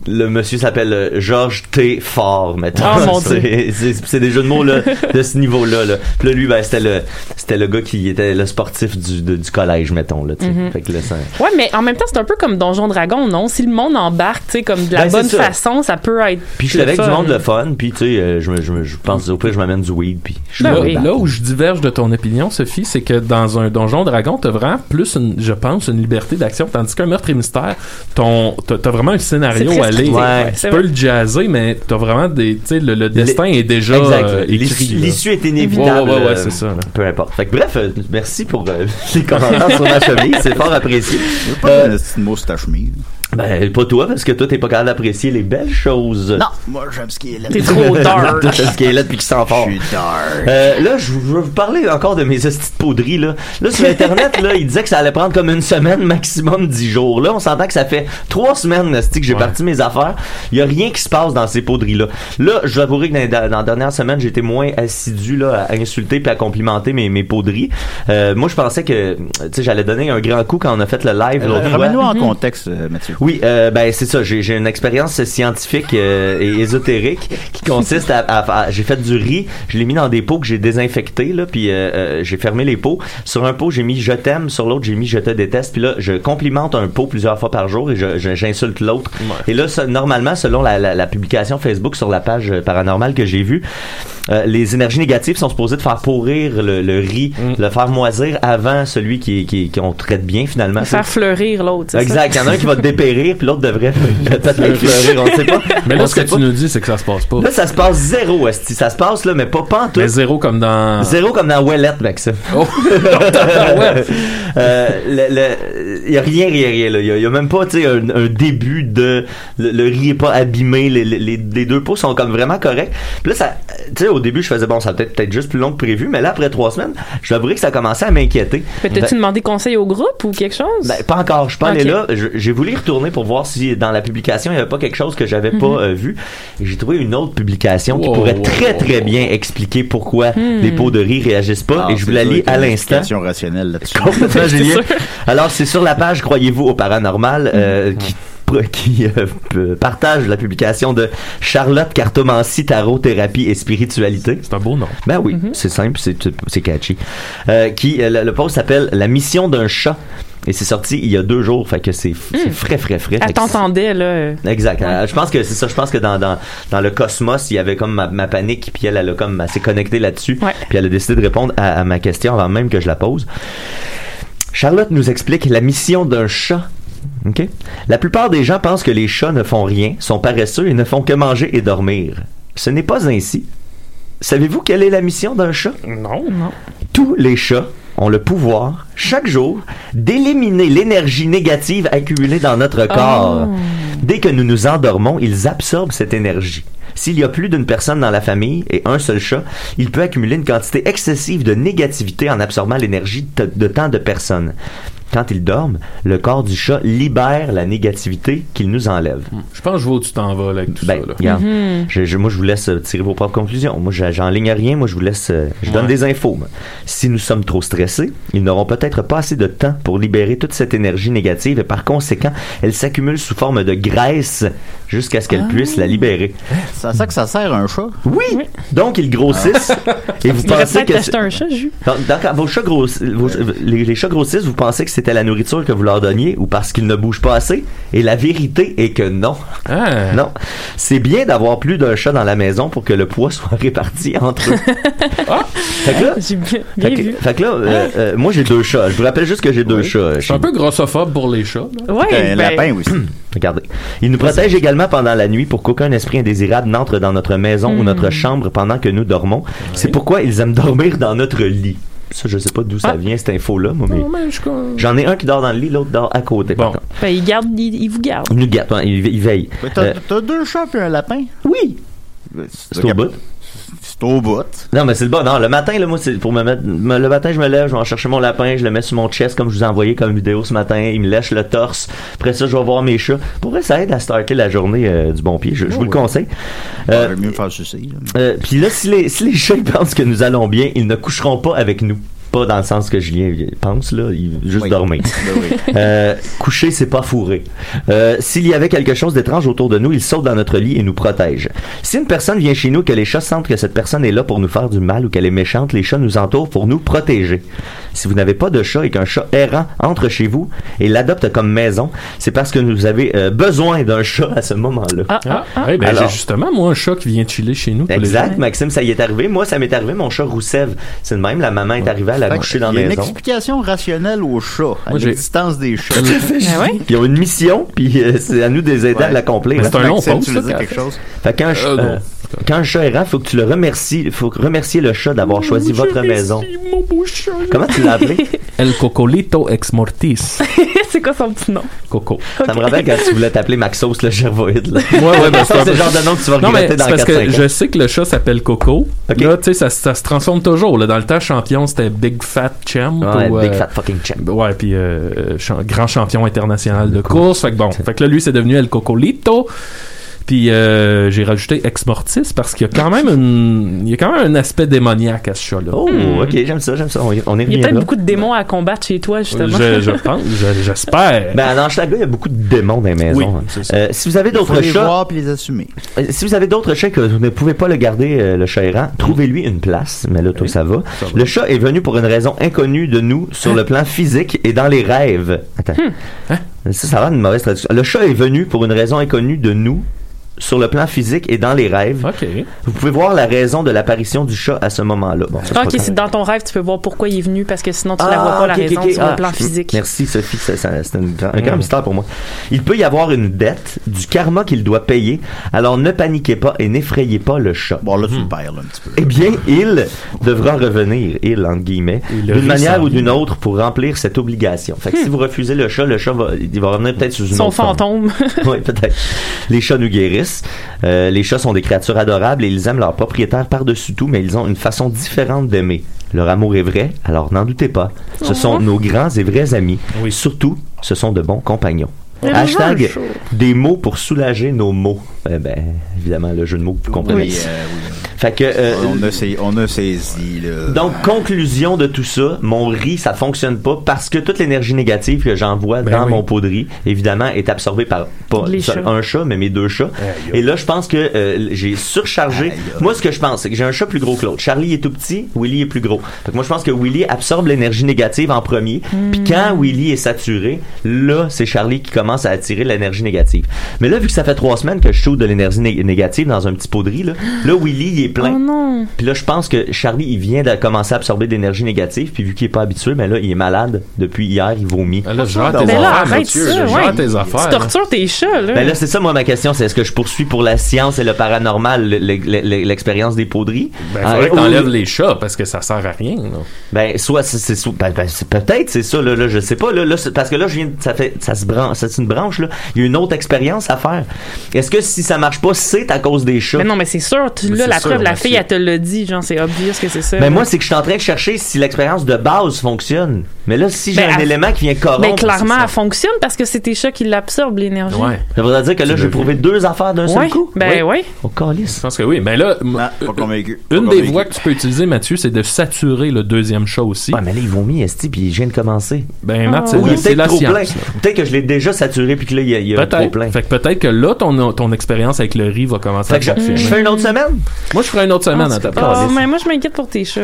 S7: le monsieur s'appelle euh, Georges T. Fort, mettons.
S4: Ah, mon
S7: C'est- c'est- C'est des jeux de mots, là, de ce niveau-là, là. Puis là, lui, ben, c'était le, c'était le gars qui était le sportif du, de- du collège, mettons, là, tu sais. Fait que là, ça-
S4: Ouais, mais en même temps, c'est un peu comme Donjon Dragon, non? Si le monde embarque, tu sais, comme de la
S7: Ben, c'est
S4: bonne
S7: ça.
S4: façon, ça peut être.
S7: Puis je suis
S4: le
S7: avec du
S4: fun.
S7: monde le fun, puis tu sais, euh, je, me- je, me- je pense, au pire, je m'amène du weed, puis je suis
S4: Ben
S7: là,
S4: oui.
S7: ben,
S5: Là où je diverge de ton opinion, Sophie, c'est que dans un donjon dragon, t'as vraiment plus, une, je pense, une liberté d'action, tandis qu'un meurtre et mystère, ton, t'as, t'as vraiment un scénario
S4: C'est très
S5: à aller.
S4: scripté,
S7: ouais.
S5: Tu
S4: C'est
S5: peux
S4: vrai.
S5: le jazzer, mais t'as vraiment des, tu sais, le, le destin est déjà
S7: Exact.
S5: euh, écrit.
S7: L'issue
S5: là.
S7: l'issue est
S5: Ouais,
S7: inévitable.
S5: ouais, ouais,
S7: euh,
S5: c'est ça. là.
S7: Peu importe. Fait que bref, euh, merci pour euh, les commentaires sur ma chemise. C'est fort apprécié.
S3: C'est pas un petit mot sur ta chemise.
S7: Ben, pas toi, parce que toi, t'es pas capable d'apprécier les belles choses.
S3: Non, moi j'aime ce qui est là.
S4: T'es trop dark.
S7: Tout ce qui est là depuis qu'il s'en
S3: Je
S7: fort.
S3: suis dark.
S7: Euh, là, je veux vous parler encore de mes petites poudries. Là. là, sur Internet, là, il disait que ça allait prendre comme une semaine, maximum dix jours. Là, on s'entend que ça fait trois semaines esti, que j'ai parti mes affaires. Il n'y a rien qui se passe dans ces poudries-là. Là, je dois avouer que dans, dans la dernière semaine, j'étais moins assidu là, à insulter puis à complimenter mes, mes poudries. Euh, moi, je pensais que tu sais, j'allais donner un grand coup quand on a fait le live. l'autre
S3: Euh,
S7: fois.
S3: Remets-nous en contexte, euh, Mathieu.
S7: Oui, euh, ben c'est ça. J'ai j'ai une expérience scientifique euh, et ésotérique qui consiste à, à- à- j'ai fait du riz, je l'ai mis dans des pots que j'ai désinfectés là, puis euh, euh, j'ai fermé les pots. Sur un pot j'ai mis je t'aime, sur l'autre j'ai mis je te déteste. Puis là je complimente un pot plusieurs fois par jour et je- je- j'insulte l'autre. Et là ça, normalement selon la, la- la publication Facebook sur la page euh, paranormale que j'ai vue, euh, les énergies négatives sont supposées de faire pourrir le, le riz, le faire moisir avant celui qui qui qu'on traite bien finalement.
S4: Faire fleurir l'autre. c'est ça?
S7: Exact, il y en a un qui va dépérir, puis l'autre devrait peut-être fleurir, on sait pas.
S5: Mais là,
S7: On
S5: ce que
S7: sait
S5: tu
S7: pas.
S5: nous dis, c'est que ça se passe pas.
S7: Là, ça se passe zéro, esti. Ça se passe, là, mais pas pantoute.
S5: Mais zéro comme dans.
S7: Zéro comme dans Ouellette, Maxime.
S5: Oh.
S7: Euh, le- le- Il y a rien, rien, rien. là. Il y a- il y, a même pas tu sais, un, un début de... Le, le riz est pas abîmé. Les, les- les- les deux pots sont comme vraiment corrects. Puis là, ça, tu sais, au début, je faisais, bon, ça va peut-être peut juste plus long que prévu. Mais là, après trois semaines, je dois avouer que ça commençait à m'inquiéter.
S4: Mais T'as-tu demandé conseil au groupe ou quelque chose?
S7: Ben, pas encore. Je suis pas allé
S4: Ok.
S7: là. Je- J'ai voulu y retourner pour voir si dans la publication, il n'y avait pas quelque chose que j'avais pas euh, vu. Et J'ai trouvé une autre publication qui
S5: Mhm. Wow,
S7: pourrait
S5: wow,
S7: très,
S5: wow,
S7: très
S5: wow. Hmm. Ah,
S7: bien expliquer pourquoi les pots de riz réagissent
S3: Ah,
S7: pas. et je voulais aller à l'instant.
S3: Question rationnelle là-dessus.
S7: Complètement, Julien. Alors, c'est sur la page Croyez-vous au paranormal
S5: Hmm.
S7: euh, qui qui euh, p- partage la publication de Charlotte Cartomancy Tarot Thérapie et Spiritualité.
S5: C'est un beau nom.
S7: Ben oui, c'est simple, c'est c'est catchy. Euh, qui euh, le, le post s'appelle La mission d'un chat et c'est sorti il y a deux jours, fait que c'est f- c'est frais frais frais. Fait
S4: Elle
S7: que c'est-
S4: t'entendait, là. euh,
S7: Exact. Euh, Je pense que c'est ça. Je pense que dans, dans, dans le cosmos, il y avait comme ma, ma panique, puis elle, elle a comme elle s'est connectée là-dessus,
S4: Ouais.
S7: puis elle a décidé de répondre à, à ma question avant même que je la pose. Charlotte nous explique la mission d'un chat. OK? La plupart des gens pensent que les chats ne font rien, sont paresseux et ne font que manger et dormir. Ce n'est pas ainsi. Savez-vous quelle est la mission d'un chat?
S5: Non.
S7: Tous les chats ont le pouvoir, chaque jour, d'éliminer l'énergie négative accumulée dans notre corps. Dès que nous nous endormons, ils absorbent cette énergie. S'il y a plus d'une personne dans la famille et un seul chat, il peut accumuler une quantité excessive de négativité en absorbant l'énergie de, de tant de personnes. Quand ils dorment, le corps du chat libère la négativité qu'il nous enlève.
S5: Je pense que je vois où tu t'en vas là, avec tout
S7: Ben,
S5: ça. Là.
S7: regarde, je- je- moi, je vous laisse euh, tirer vos propres conclusions. Moi, j'a- j'enligne rien. Moi, je vous laisse. euh, je
S5: Ouais.
S7: donne des infos. moi. Si nous sommes trop stressés, ils n'auront peut-être pas assez de temps pour libérer toute cette énergie négative et par conséquent, elle s'accumule sous forme de graisse jusqu'à ce qu'elle puisse la libérer.
S3: C'est à ça que ça sert un chat.
S7: Oui! Donc, ils grossissent.
S5: Ah.
S7: et vous
S4: Tu devrais
S7: pensez
S4: peut-être
S7: que.
S4: acheter un chat, Jus.
S7: Donc, donc, quand vos chats grossi- vos- euh, les, les chats grossissent, vous pensez que c'était la nourriture que vous leur donniez ou parce qu'ils ne bougent pas assez? Et la vérité est que non.
S5: Ah.
S7: Euh, Non. C'est bien d'avoir plus d'un chat dans la maison pour que le poids soit réparti entre eux. Fait que là,
S4: Ah! J'ai bien, bien
S7: fait que,
S4: vu.
S7: fait que là euh, euh, moi j'ai deux chats. Je vous rappelle juste que j'ai deux chats. euh,
S5: Je suis un
S7: chez-
S5: peu grossophobe pour les chats. là.
S7: Eh
S4: Ouais,
S3: Un
S4: ben,
S3: lapin aussi.
S7: Regardez. Ils nous protègent également pendant la nuit pour qu'aucun esprit indésirable n'entre dans notre maison ou
S4: Hmm.
S7: notre chambre pendant que nous dormons. C'est pourquoi ils aiment dormir dans notre lit. Ça, je sais pas d'où ça
S4: Ah.
S7: vient cette info-là, moi, mais
S5: Non, mais je-
S7: j'en ai un qui dort dans le lit, l'autre dort à côté. par
S5: Bon.
S7: contre.
S4: ben, il, garde, il, il vous garde.
S7: Ils nous gardent, hein, ils, ve- ils veillent.
S3: Mais
S7: Euh,
S3: T'as t'as deux chats puis un lapin.
S7: oui, c'est au bout. Euh.
S3: C'est au bout.
S7: Non, mais c'est le bon. Non, le matin, là, moi, c'est pour me mettre. me- Le matin, je me lève, je vais en chercher mon lapin, je le mets sur mon chest, comme je vous ai envoyé comme vidéo ce matin. Il me lèche le torse. Après ça, je vais voir mes chats. Pour vrai, ça aide à starter la journée euh, du bon pied. Je, je vous le conseille. Euh,
S3: J'aime mieux faire ceci. là.
S7: euh, Puis là, si les, si les chats ils pensent que nous allons bien, ils ne coucheront pas avec nous. Pas dans le sens que Julien pense, là. Ils juste
S3: Oui.
S7: dormir.
S3: Ben oui.
S7: Euh, coucher, c'est pas fourré. Euh, S'il y avait quelque chose d'étrange autour de nous, il saute dans notre lit et nous protège. Si une personne vient chez nous, que les chats sentent que cette personne est là pour nous faire du mal ou qu'elle est méchante, les chats nous entourent pour nous protéger. Si vous n'avez pas de chat et qu'un chat errant entre chez vous et l'adopte comme maison, c'est parce que vous avez euh, besoin d'un chat à ce moment-là.
S4: Ah, ah,
S5: Ah,
S4: ah.
S5: eh ben,
S7: Alors-
S5: j'ai justement, moi, un chat qui vient chiller chez nous. tous les
S7: Exact,
S5: jours.
S7: Maxime, ça y est arrivé. Moi, ça m'est arrivé, mon chat Roussev. C'est le même, la maman est arrivée, elle a
S3: Fait
S7: couché
S3: que
S7: dans
S3: il y
S7: la
S3: a une
S7: maison.
S3: explication rationnelle aux chats, à
S5: Moi, j'ai-
S3: l'existence des chats.
S4: Ben ouais.
S7: Ils ont une mission, puis euh, c'est à nous de les aider à
S3: Ouais.
S7: l'accomplir.
S5: Mais c'est un long
S3: Maxime,
S5: post,
S3: tu voulais
S5: ça,
S3: dire
S5: qu'elle
S3: quelque chose?
S7: Fait qu'un
S5: Euh,
S7: chat-
S5: non.
S7: euh,
S5: cas.
S7: Quand le chat est errant, faut que tu le remercies. Il faut remercier le chat
S4: Oh,
S7: d'avoir choisi votre maison. Comment tu l'as appelé?
S5: El Cocolito Ex Mortis.
S4: c'est quoi son petit nom?
S5: Coco.
S7: Ça me rappelle quand tu voulais t'appeler Maxos le gervoïde. là.
S5: Ouais, ouais, ben, c'est
S7: Ça,
S5: un
S7: c'est
S5: peu-
S7: le genre de nom que tu vas
S5: Non, mais
S7: regretter
S5: c'est
S7: dans
S5: parce
S7: 4
S5: que
S7: 5
S5: je sais que le chat s'appelle Coco.
S7: Ok.
S5: Là, tu sais, ça, ça se transforme toujours. Là. Dans le temps, champion, c'était Big Fat Champ.
S7: Ouais,
S5: ou,
S7: Big
S5: euh,
S7: Fat Fucking Champ.
S5: Ouais, puis euh, cha- grand champion international de course. Fait que bon, fait que là, lui, c'est devenu El Cocolito. Puis euh, j'ai rajouté Ex Mortis parce qu'il y a quand même une, il y a quand même un aspect démoniaque à ce chat-là.
S7: Oh,
S4: Hmm.
S7: ok, j'aime ça, j'aime ça. On y, on y
S4: Il y
S7: revient
S4: a peut-être
S7: là.
S4: beaucoup de démons à combattre chez toi, justement.
S5: Je, je pense, je- j'espère.
S7: Ben, à Hochelaga, il y a beaucoup de démons dans les
S5: oui,
S7: maisons.
S5: c'est ça.
S7: Euh, si vous avez
S3: Faut
S7: d'autres
S3: les
S7: chats,
S3: voir puis les assumer.
S7: Euh, Si vous avez d'autres chats que vous ne pouvez pas le garder, euh, le chat errant, trouvez-lui une place. Mais là, tout ça va.
S5: ça va.
S7: Le chat est venu pour une raison inconnue de nous
S4: Hein?
S7: sur le plan physique et dans les rêves. Attends.
S4: Hmm.
S7: Euh, Ça, ça va une mauvaise traduction. Le chat est venu pour une raison inconnue de nous sur le plan physique et dans les rêves.
S5: Ok.
S7: Vous pouvez voir la raison de l'apparition du chat à ce moment-là. Bon, ça, c'est
S4: Ah,
S7: pas
S4: ok,
S7: grave.
S4: c'est dans ton rêve, tu peux voir pourquoi il est venu, parce que sinon tu la
S7: Ah,
S4: vois pas la
S7: ok, ok,
S4: raison
S7: ok.
S4: sur
S7: Ah,
S4: le plan physique. Hmm.
S7: Merci Sophie, ça- ça- c'est une- un grand mystère pour moi. Il peut y avoir une dette, du karma qu'il doit payer, alors ne paniquez pas et n'effrayez pas le chat.
S3: Bon, là,
S5: Hmm.
S3: tu le perds là, un petit peu.
S7: Eh bien, il devra revenir, il, entre guillemets,
S5: Il le
S7: d'une manière
S5: ressemble.
S7: ou d'une autre pour remplir cette obligation. Fait que si vous refusez le chat, le chat va, il va revenir peut-être sous une
S4: Son
S7: autre forme.
S4: fantôme.
S7: oui, peut-être. Les chats nous guérissent. Euh, les chats sont des créatures adorables et ils aiment leur propriétaire par-dessus tout, mais ils ont une façon différente d'aimer. Leur amour est vrai, alors n'en doutez pas. Ce sont nos grands et vrais amis.
S5: Oui.
S7: Surtout, ce sont de bons compagnons. Hashtag des mots pour soulager nos mots. Eh ben, évidemment, le jeu de mots que vous comprenez.
S3: Oui, euh, oui.
S7: Fait que, euh,
S3: on, a saisi, on a saisi, là.
S7: donc, conclusion de tout ça, mon riz, ça fonctionne pas parce que toute l'énergie négative que j'envoie
S5: Ben
S7: dans
S5: oui.
S7: mon pot de riz, évidemment, est absorbée par pas
S4: Les
S7: seul-
S4: chats.
S7: un chat, mais mes deux chats. Et là, je pense que euh, j'ai surchargé.
S3: Aïe, aïe.
S7: Moi, ce que je pense, c'est que j'ai un chat plus gros que l'autre. Charlie est tout petit, Willy est plus gros. Fait que moi, je pense que Willy absorbe l'énergie négative en premier.
S4: Hmm.
S7: Puis quand Willy est saturé, là, c'est Charlie qui commence à attirer l'énergie négative. Mais là, vu que ça fait trois semaines que je chauffe de l'énergie né- négative dans un petit pot de riz, là, là Willy, il est plein.
S4: Oh non.
S7: Puis là, je pense que Charlie, il vient de commencer à absorber de l'énergie négative, puis vu qu'il est pas habitué, mais là, il est malade depuis hier, il vomit.
S5: Ah, Là, je gère tes
S3: Ben là,
S5: affaires,
S4: arrête
S5: Mathieu.
S4: ça,
S5: Je gère
S4: ouais.
S5: tes affaires.
S4: Tu
S5: là.
S4: tortures tes chats, là.
S7: Ben là, c'est ça, moi, ma question, c'est est-ce que je poursuis pour la science et le paranormal, le- le- le- l'expérience des poudries?
S5: Ben,
S7: Ah,
S5: faudrait que
S7: ou-
S5: t'enlèves les chats parce que ça sert à rien. là.
S7: Ben, soit c'est, c'est- soit- ben, ben, c'est- peut-être c'est ça là, là, je sais pas là, là, c'est- parce que là je viens de- ça fait ça se branche c'est une branche là il y a une autre expérience à faire est-ce que si ça marche pas c'est à cause des chats
S4: Mais non, mais c'est sûr. Tu,
S5: Mais
S4: là,
S5: c'est
S4: la
S5: sûr,
S4: preuve, la
S5: Mathieu.
S4: fille, elle te l'a dit. Genre, c'est obvious que c'est ça.
S7: Mais
S4: là.
S7: Ben moi, c'est que je suis en train de chercher si l'expérience de base fonctionne. Mais là, si j'ai
S4: Ben,
S7: un
S4: elle-
S7: élément qui vient corrompre.
S4: Ben, clairement,
S7: c'est
S4: elle fonctionne parce que c'est tes chats qui l'absorbent, l'énergie.
S5: Ouais.
S7: Ça voudrait dire que là,
S5: Tu
S7: j'ai
S5: l'as
S7: prouvé deux affaires d'un
S4: Ouais.
S7: seul coup.
S4: Ben, ouais.
S7: Au
S5: Je
S7: calice.
S5: pense que oui. Mais là, m-
S3: Non, Ah, pas convaincu. Pas
S5: euh, une des
S3: convaincu.
S5: voies que tu peux utiliser, Mathieu, c'est de saturer le deuxième chat aussi.
S7: Ouais, mais là, ils vont mis, Esti, puis je viens de commencer.
S5: Ben, Matt,
S4: Oh.
S5: c'est
S7: Ou il
S5: la-
S7: est
S5: c'est
S7: peut-être
S5: la
S7: Ah. trop
S5: science.
S7: plein.
S5: là.
S7: Peut-être que je l'ai déjà saturé, puis que là, il y a, il y a un trop plein.
S5: Peut-être. Fait que peut-être que là, ton, ton expérience avec le riz va commencer
S7: Fait que
S5: à
S7: je, je
S5: fonctionner.
S7: fais une autre semaine.
S5: Moi, je ferai une autre semaine
S4: Ah,
S5: à ta
S4: c'est-
S5: place.
S4: oh, mais moi, je m'inquiète pour tes chats.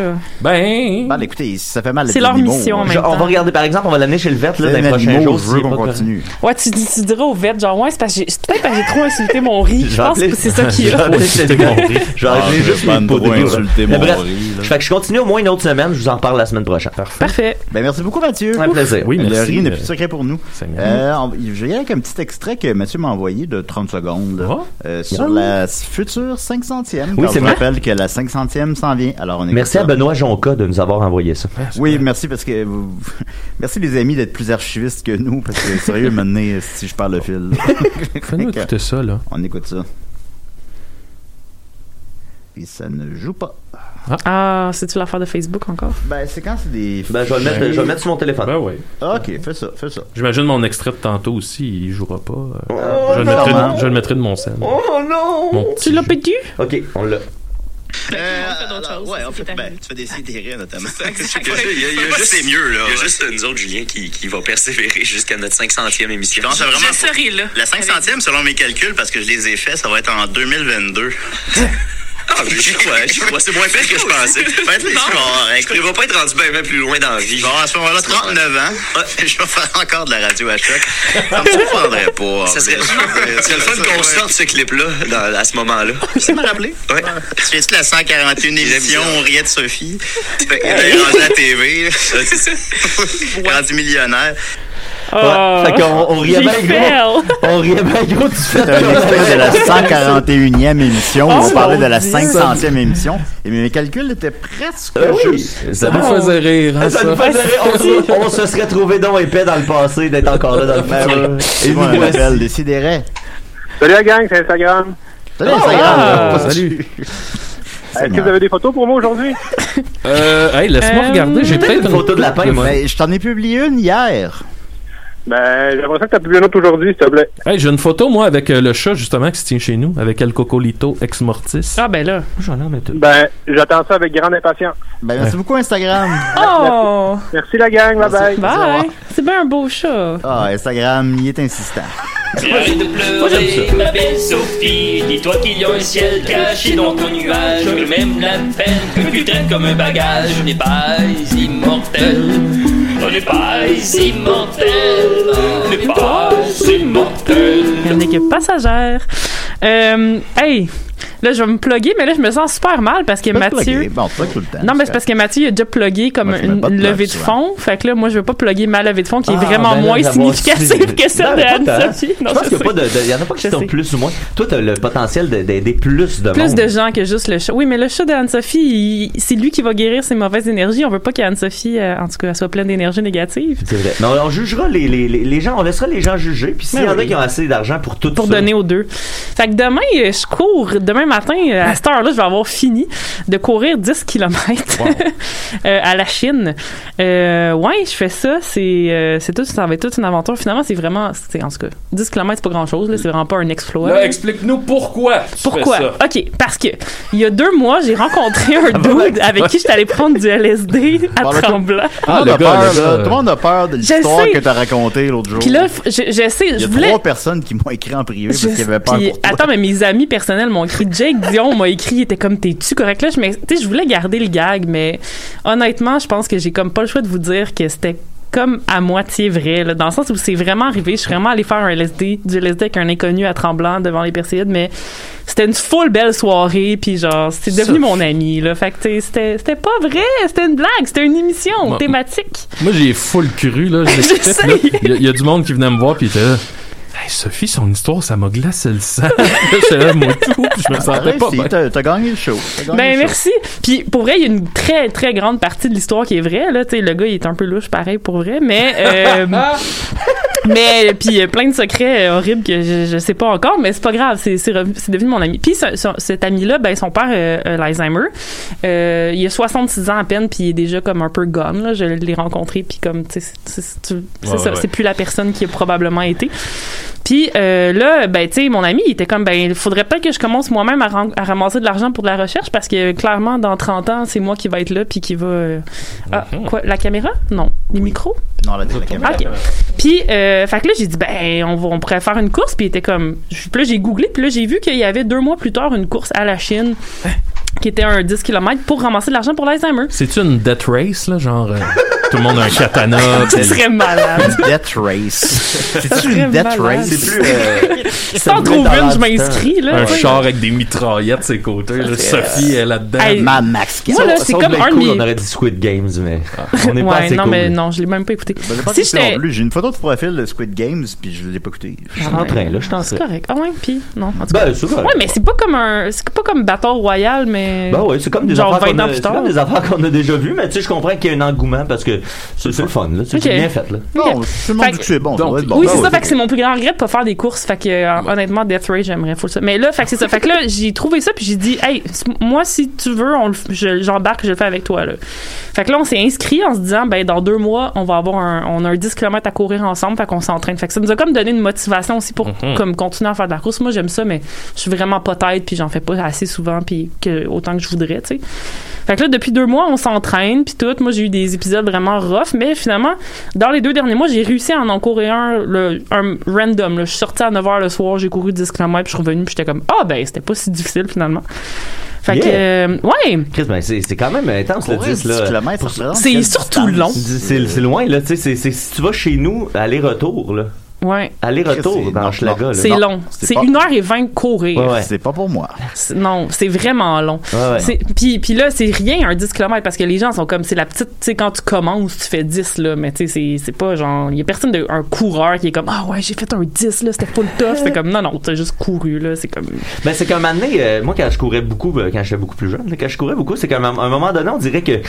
S5: Ben,
S3: Mal, écoutez, ça fait mal.
S4: C'est
S3: les
S4: leur
S3: animaux,
S4: mission,
S3: hein.
S4: mais-
S7: Je- on
S4: temps.
S7: va regarder, par exemple, on va l'amener chez le vert là, dans
S3: Les
S7: les prochains
S3: animaux,
S7: jours.
S3: je
S7: s'il
S3: veux
S7: est pas
S3: qu'on
S7: correct.
S3: continue.
S4: Ouais, tu, dis- tu diras au vet, genre, ouais, c'est parce que j'ai- c'est peut-être parce que j'ai trop insulté mon riz. Je
S7: J'en
S4: pense
S7: plais-
S4: que c'est ça qui
S7: J'en
S4: a.
S7: plais- c'est mon riz. J'en
S3: Ah,
S7: plais
S3: je
S7: juste
S3: vais pas
S7: mes pots
S3: trop
S7: de riz.
S3: insulter
S7: Mais
S3: mon
S7: bref,
S3: riz, là.
S7: Fait que je continue au moins une autre semaine, je vous en parle la semaine prochaine.
S4: Parfait.
S3: Ben, merci beaucoup, Mathieu.
S7: Un plaisir.
S5: Oui,
S3: le
S5: merci,
S3: riz n'est
S5: euh, Hmm.
S3: plus secret pour nous.
S5: c'est
S3: Euh, on- je vais y aller avec un petit extrait que Mathieu m'a envoyé de 30 secondes là,
S5: Ah.
S3: euh, sur la future 500e.
S7: Oui,
S3: Car
S7: c'est
S3: je
S7: vrai.
S3: rappelle que la 500e s'en vient. Alors, on écoute
S7: Merci
S3: ça.
S7: à Benoît Jonca de nous avoir envoyé ça.
S3: Oui, merci parce que vous- merci les amis d'être plus archivistes que nous parce que sérieux maintenant si je parle le fil.
S5: fais-nous écouter ça, là.
S3: On écoute ça. Puis ça ne joue pas.
S4: Ah, c'est-tu l'affaire de Facebook encore?
S3: Ben c'est quand c'est des Ah,
S7: Ben, je vais le mettre, je vais le mettre sur mon téléphone.
S5: Ben oui.
S3: OK, fais ça, fais ça.
S5: J'imagine mon extrait de tantôt aussi, il jouera pas. euh,
S7: Ben,
S5: je, le
S3: non.
S5: mettrai de, je le mettrai de mon scène.
S7: Oh non!
S5: Mon petit
S4: Tu l'as
S5: jeu.
S4: pétu?
S7: Ok, on l'a.
S8: Euh, ouais, en fait, ben, tu fais des sidérés, notamment.
S9: Il y a, il y a juste mieux là. Il y a juste nous autres Julien qui, qui va persévérer jusqu'à notre 500e
S8: Je
S9: émission.
S8: commence à vraiment-
S4: serai là.
S8: La 500e, selon mes calculs, parce que je les ai faits, ça va être en 2022.
S9: Ah, mais je crois, je crois, c'est moins pire que je pensais. Ben,
S8: Faites les scores, écoute.
S9: Il va pas être rendu bien, bien plus loin dans la vie.
S8: Bon, à ce moment-là, 39 ans, je vais faire encore de la radio à choc. Ça me surprendrait pas.
S9: Ça serait,
S8: en plus.
S9: ça serait le fun qu'on sorte ce clip-là dans- à ce moment-là.
S8: Tu me rappelé?
S9: Ouais.
S8: Tu fais-tu la 141 émission,
S9: ça.
S8: on riait de Sophie? Tu fais rendu à la TV, là. rendu millionnaire.
S7: Ouais, fait qu'on on riait
S3: J'ai
S7: bien gros.
S4: Euh,
S7: On riait bien gros du fait
S3: C'est un
S7: qu'on
S3: extrait de la
S7: allait-
S3: 141e émission où
S7: Oh
S3: on parlait de la
S7: mon Dieu.
S3: 500e émission. Et mes calculs étaient
S4: Eh
S3: presque
S7: Euh, oui.
S3: justes.
S7: Ça nous
S4: Ah.
S7: faisait rire, hein, Ça nous faisait rire. On se- On se serait trouvé donc épais dans le passé d'être encore là dans le
S3: Ben
S7: futur.
S3: Et nous
S7: voici.
S3: rappelle, décidérez.
S10: Salut la gang, c'est Instagram.
S3: Salut
S4: Oh,
S3: Oh,
S5: Instagram. Ah, salut.
S10: Est-ce que vous avez des photos pour moi aujourd'hui?
S5: Euh, hey, laisse-moi
S10: Euh,
S5: regarder. J'ai peut-être une
S7: photo de lapin, moi.
S3: Ben, je t'en ai publié une hier.
S10: Ben, j'aimerais ça que tu publié une autre aujourd'hui, s'il te plaît.
S5: Hey, j'ai une photo, moi, avec euh, le chat, justement, qui se tient chez nous, avec El Cocolito ex mortis.
S4: Ah, ben là.
S5: J'en ai en mettre une.
S10: Ben, j'attends ça avec grande impatience.
S3: Ben,
S5: merci Ouais.
S3: beaucoup, Instagram.
S4: Oh!
S10: Merci la gang, bye bye.
S4: Bye! C'est bien un beau chat.
S3: Ah, Instagram, il est insistant.
S11: Arrête de pleurer, ma belle Sophie. Dis-toi qu'il y a un ciel caché dans ton nuage. Que même la peine que tu traînes comme un bagage n'est pas immortel. On n'est pas immortel. On n'est pas immortel.
S4: On n'est que passagère. Euh, hey! Là, je vais me plugger, mais là, je me sens super mal parce que
S3: Pas de
S4: Mathieu.
S3: plugger. Bon, pas tout le temps.
S4: Non, mais c'est parce que Mathieu il a déjà plugué comme
S3: Moi, je mets
S4: une
S3: pas de plug
S4: levée de
S3: souvent.
S4: fonds. Fait que là, moi, je veux pas plugger ma levée de fonds qui est
S7: Ah,
S4: vraiment
S7: ben là,
S4: moins
S7: d'avoir
S4: significative
S7: su-
S4: que
S7: Non,
S4: celle de
S7: mais toi, t'as-
S4: Anne-Sophie.
S7: Ben, Je
S4: Non,
S7: pense
S4: je
S7: qu'il n'y a
S4: sais.
S7: pas de. Il y en a pas qui
S4: Je
S7: sont
S4: sais.
S7: plus ou moins. Toi, t'as le potentiel de- d'aider plus de
S4: Plus
S7: monde.
S4: de gens que juste le chat. Oui, mais le chat d'Anne-Sophie, il- c'est lui qui va guérir ses mauvaises énergies. On veut pas qu'Anne-Sophie, euh, en tout cas, elle soit pleine d'énergie négative.
S7: C'est vrai. Mais on, on jugera les, les, les- les gens, on laissera les gens juger. Puis s'il
S4: Mais
S7: y en a
S4: Ben oui.
S7: qui ont assez d'argent pour tout
S4: pour
S7: ça,
S4: donner aux deux. Fait que demain, euh, je cours. Demain matin, euh, à cette heure-là, je vais avoir fini de courir 10 km à la Chine. Euh, ouais, je fais ça. C'est euh, c'est tout, ça va être toute une aventure. Finalement, c'est vraiment, c'est- en tout cas, 10 km, c'est pas grand-chose. là. C'est vraiment pas un exploit.
S5: Là, explique-nous pourquoi. tu
S4: Pourquoi?
S5: fais ça.
S4: OK, parce que il y a deux mois, j'ai rencontré un dude avec qui je suis allée prendre du LSD à
S3: Bon, là, tout-
S4: Tremblant.
S3: Tout le monde a peur, là. Tout le monde a peur de l'histoire
S4: euh. sais.
S3: que t'as racontée l'autre jour.
S4: Puis là, f- je, je sais,
S3: il y
S4: je
S3: a
S4: voulais...
S3: trois personnes qui m'ont écrit en privé parce qu'ils avaient peur
S4: Puis,
S3: pour toi.
S4: attends, mais mes amis personnels m'ont écrit. Jake Dion m'a écrit, il était comme, t'es-tu correct là? Je, m'ex- tu sais, je voulais garder le gag, mais honnêtement, je pense que j'ai comme pas le choix de vous dire que c'était comme à moitié vrai, là, dans le sens où c'est vraiment arrivé. Je suis vraiment allée faire un LSD, du LSD avec un inconnu à Tremblant devant les Perséides, mais c'était une full belle soirée, puis genre, c'est devenu mon ami, là. Fait que, tu sais, c'était c'était pas vrai, c'était une blague, c'était une émission
S5: Moi-
S4: thématique.
S5: Moi, j'ai full cru, là. Je
S4: Je
S5: l'écoutais, puis là, Il y a- il y, a du monde qui venait me voir, puis il était là. Hey, Sophie, son histoire, ça m'a glacé le sang. J'étais là, moi, tout, puis je me sentais
S3: Arrête,
S5: pas
S3: si,
S5: bien.
S3: Ah, T'as t'as gagné le show. T'as gagné
S4: Ben
S3: le show.
S4: merci. Puis pour vrai, il y a une très très grande partie de l'histoire qui est vraie là, tu sais le gars il est un peu louche pareil pour vrai, mais euh, mais puis euh, plein de secrets euh, horribles que je, je sais pas encore, mais c'est pas grave, c'est c'est revenu- c'est devenu mon ami. Puis ce- ce- cet ami là, ben son père euh, euh, l'Alzheimer, euh, il a 66 ans à peine puis il est déjà comme un peu gone là, je l'ai rencontré puis comme tu sais c'est- c'est c'est- c'est
S12: Ouais,
S4: ça,
S12: ouais.
S4: c'est plus la personne qui a probablement été. Puis euh, là, ben, tu sais, mon ami, il était comme, ben, il faudrait peut-être que je commence moi-même à, ram- à ramasser de l'argent pour de la recherche parce que clairement, dans 30 ans, c'est moi qui va être là puis qui va. euh, Ah, quoi, la caméra? Non. Les micros?
S3: Non, la, la Mm-hmm. caméra.
S4: OK. Puis, euh, fait que là, j'ai dit, ben, on, va- on pourrait faire une course. Puis, il était comme. je- Puis là, j'ai googlé. Puis là, j'ai vu qu'il y avait deux mois plus tard une course à la Chine qui était un 10 km pour ramasser de l'argent pour l'Alzheimer.
S5: C'est-tu une death race, là? Genre, euh, tout le monde a un katana.
S4: Ce
S5: puis-
S4: serait malade.
S3: Une Death Race. C'est-tu
S4: serait
S3: une Death
S4: malade.
S3: Race?
S4: C'est
S7: plus, euh,
S4: Si t'en trouves une, je m'inscris, là.
S5: Un
S4: tu sais.
S5: char avec des mitraillettes ses côtés. là. Sophie est là-dedans.
S4: euh, Hey, Mad Max. Moi, là, c'est comme un de
S7: cool,
S4: mes-
S7: On aurait dit Squid Games, mais on n'est pas
S4: Ouais,
S7: assez
S4: non,
S7: cool.
S4: mais non, je l'ai même pas écouté.
S3: Ben, j'ai pas
S4: si
S3: écouté non
S4: j'étais. Ah,
S3: plus. J'ai une photo de profil de Squid Games, puis je l'ai pas écouté.
S7: Je suis en train, là, je suis en train.
S4: C'est correct. Ah ouais, puis non. En tout
S7: Ben,
S4: cas.
S7: c'est correct.
S4: Ouais, mais c'est pas comme un, c'est pas comme Battle Royale, mais.
S3: Bah
S7: Ben ouais, c'est comme des
S4: Euh, genre
S7: affaires
S4: 20
S7: qu'on
S4: ans
S7: a,
S4: plus
S7: c'est
S4: tard.
S7: comme des affaires qu'on a déjà vues, mais tu sais, je comprends qu'il y a un engouement parce que c'est c'est le fun, là. C'est
S4: Ok.
S7: bien fait, là.
S3: Bon, tout le monde dit que c'est bon. ça va être bon.
S4: oui,
S3: Ben
S4: c'est
S3: oui.
S4: ça, fait que c'est mon plus grand regret de pas faire des courses. Fait que, euh, honnêtement, Death Ray, j'aimerais full ça. Mais là, fait que c'est ça. Fait que là, j'ai trouvé ça, puis j'ai dit, hey, s- moi, si tu veux, on le f- je- j'embarque, je le fais avec toi, là. Fait que là, on s'est inscrit en se disant, ben, dans deux mois, on va avoir un, on a un 10 km à courir ensemble, fait qu'on s'entraîne. Fait que ça nous a comme donné une motivation aussi pour,
S12: Mhm.
S4: comme, continuer à faire de la course. Moi, j'aime ça, mais je suis vraiment pas tête, puis j'en fais pas assez souvent, puis que, autant que je voudrais, tu sais. Fait que là, depuis deux mois, on s'entraîne, puis tout. Moi, j'ai eu des épisodes vraiment rough, mais finalement, dans les deux derniers mois, j'ai réussi à en encourir un, le- un random. là. Je suis sortie à 9h le soir, j'ai couru 10 km, puis je suis revenue, puis j'étais comme, ah, ben, c'était pas si difficile finalement. Fait que,
S7: Yeah.
S4: euh, ouais.
S7: Chris, ben, c'est c'est quand même intense, le
S3: Courir
S7: 10, là.
S3: 10 kilomètres,
S7: Pour-
S3: ça représente
S4: C'est quelle surtout distance? long.
S7: C'est c'est loin, là. Tu sais, c'est- c'est- si tu vas chez nous, aller-retour, là.
S4: Ouais.
S7: Aller-retour dans Schlaga.
S4: C'est long. C'est 1h20 courir.
S7: Ouais, ouais.
S3: C'est pas pour moi.
S4: Non, c'est vraiment long.
S7: Ouais, ouais.
S4: C'est- Puis puis là, c'est rien un 10 km parce que les gens sont comme, c'est la petite, tu sais, quand tu commences, tu fais 10, là, mais tu sais, c'est- c'est pas genre, il y a personne, de, un coureur qui est comme, ah ouais, j'ai fait un 10, là, c'était full tough. C'était comme, non, non, t'as juste couru, là, c'est comme.
S7: Ben, c'est qu'à un moment donné, euh, moi, quand je courais beaucoup, euh, quand j'étais beaucoup plus jeune, là, quand je courais beaucoup, c'est qu'à un, mom- un moment donné, on dirait que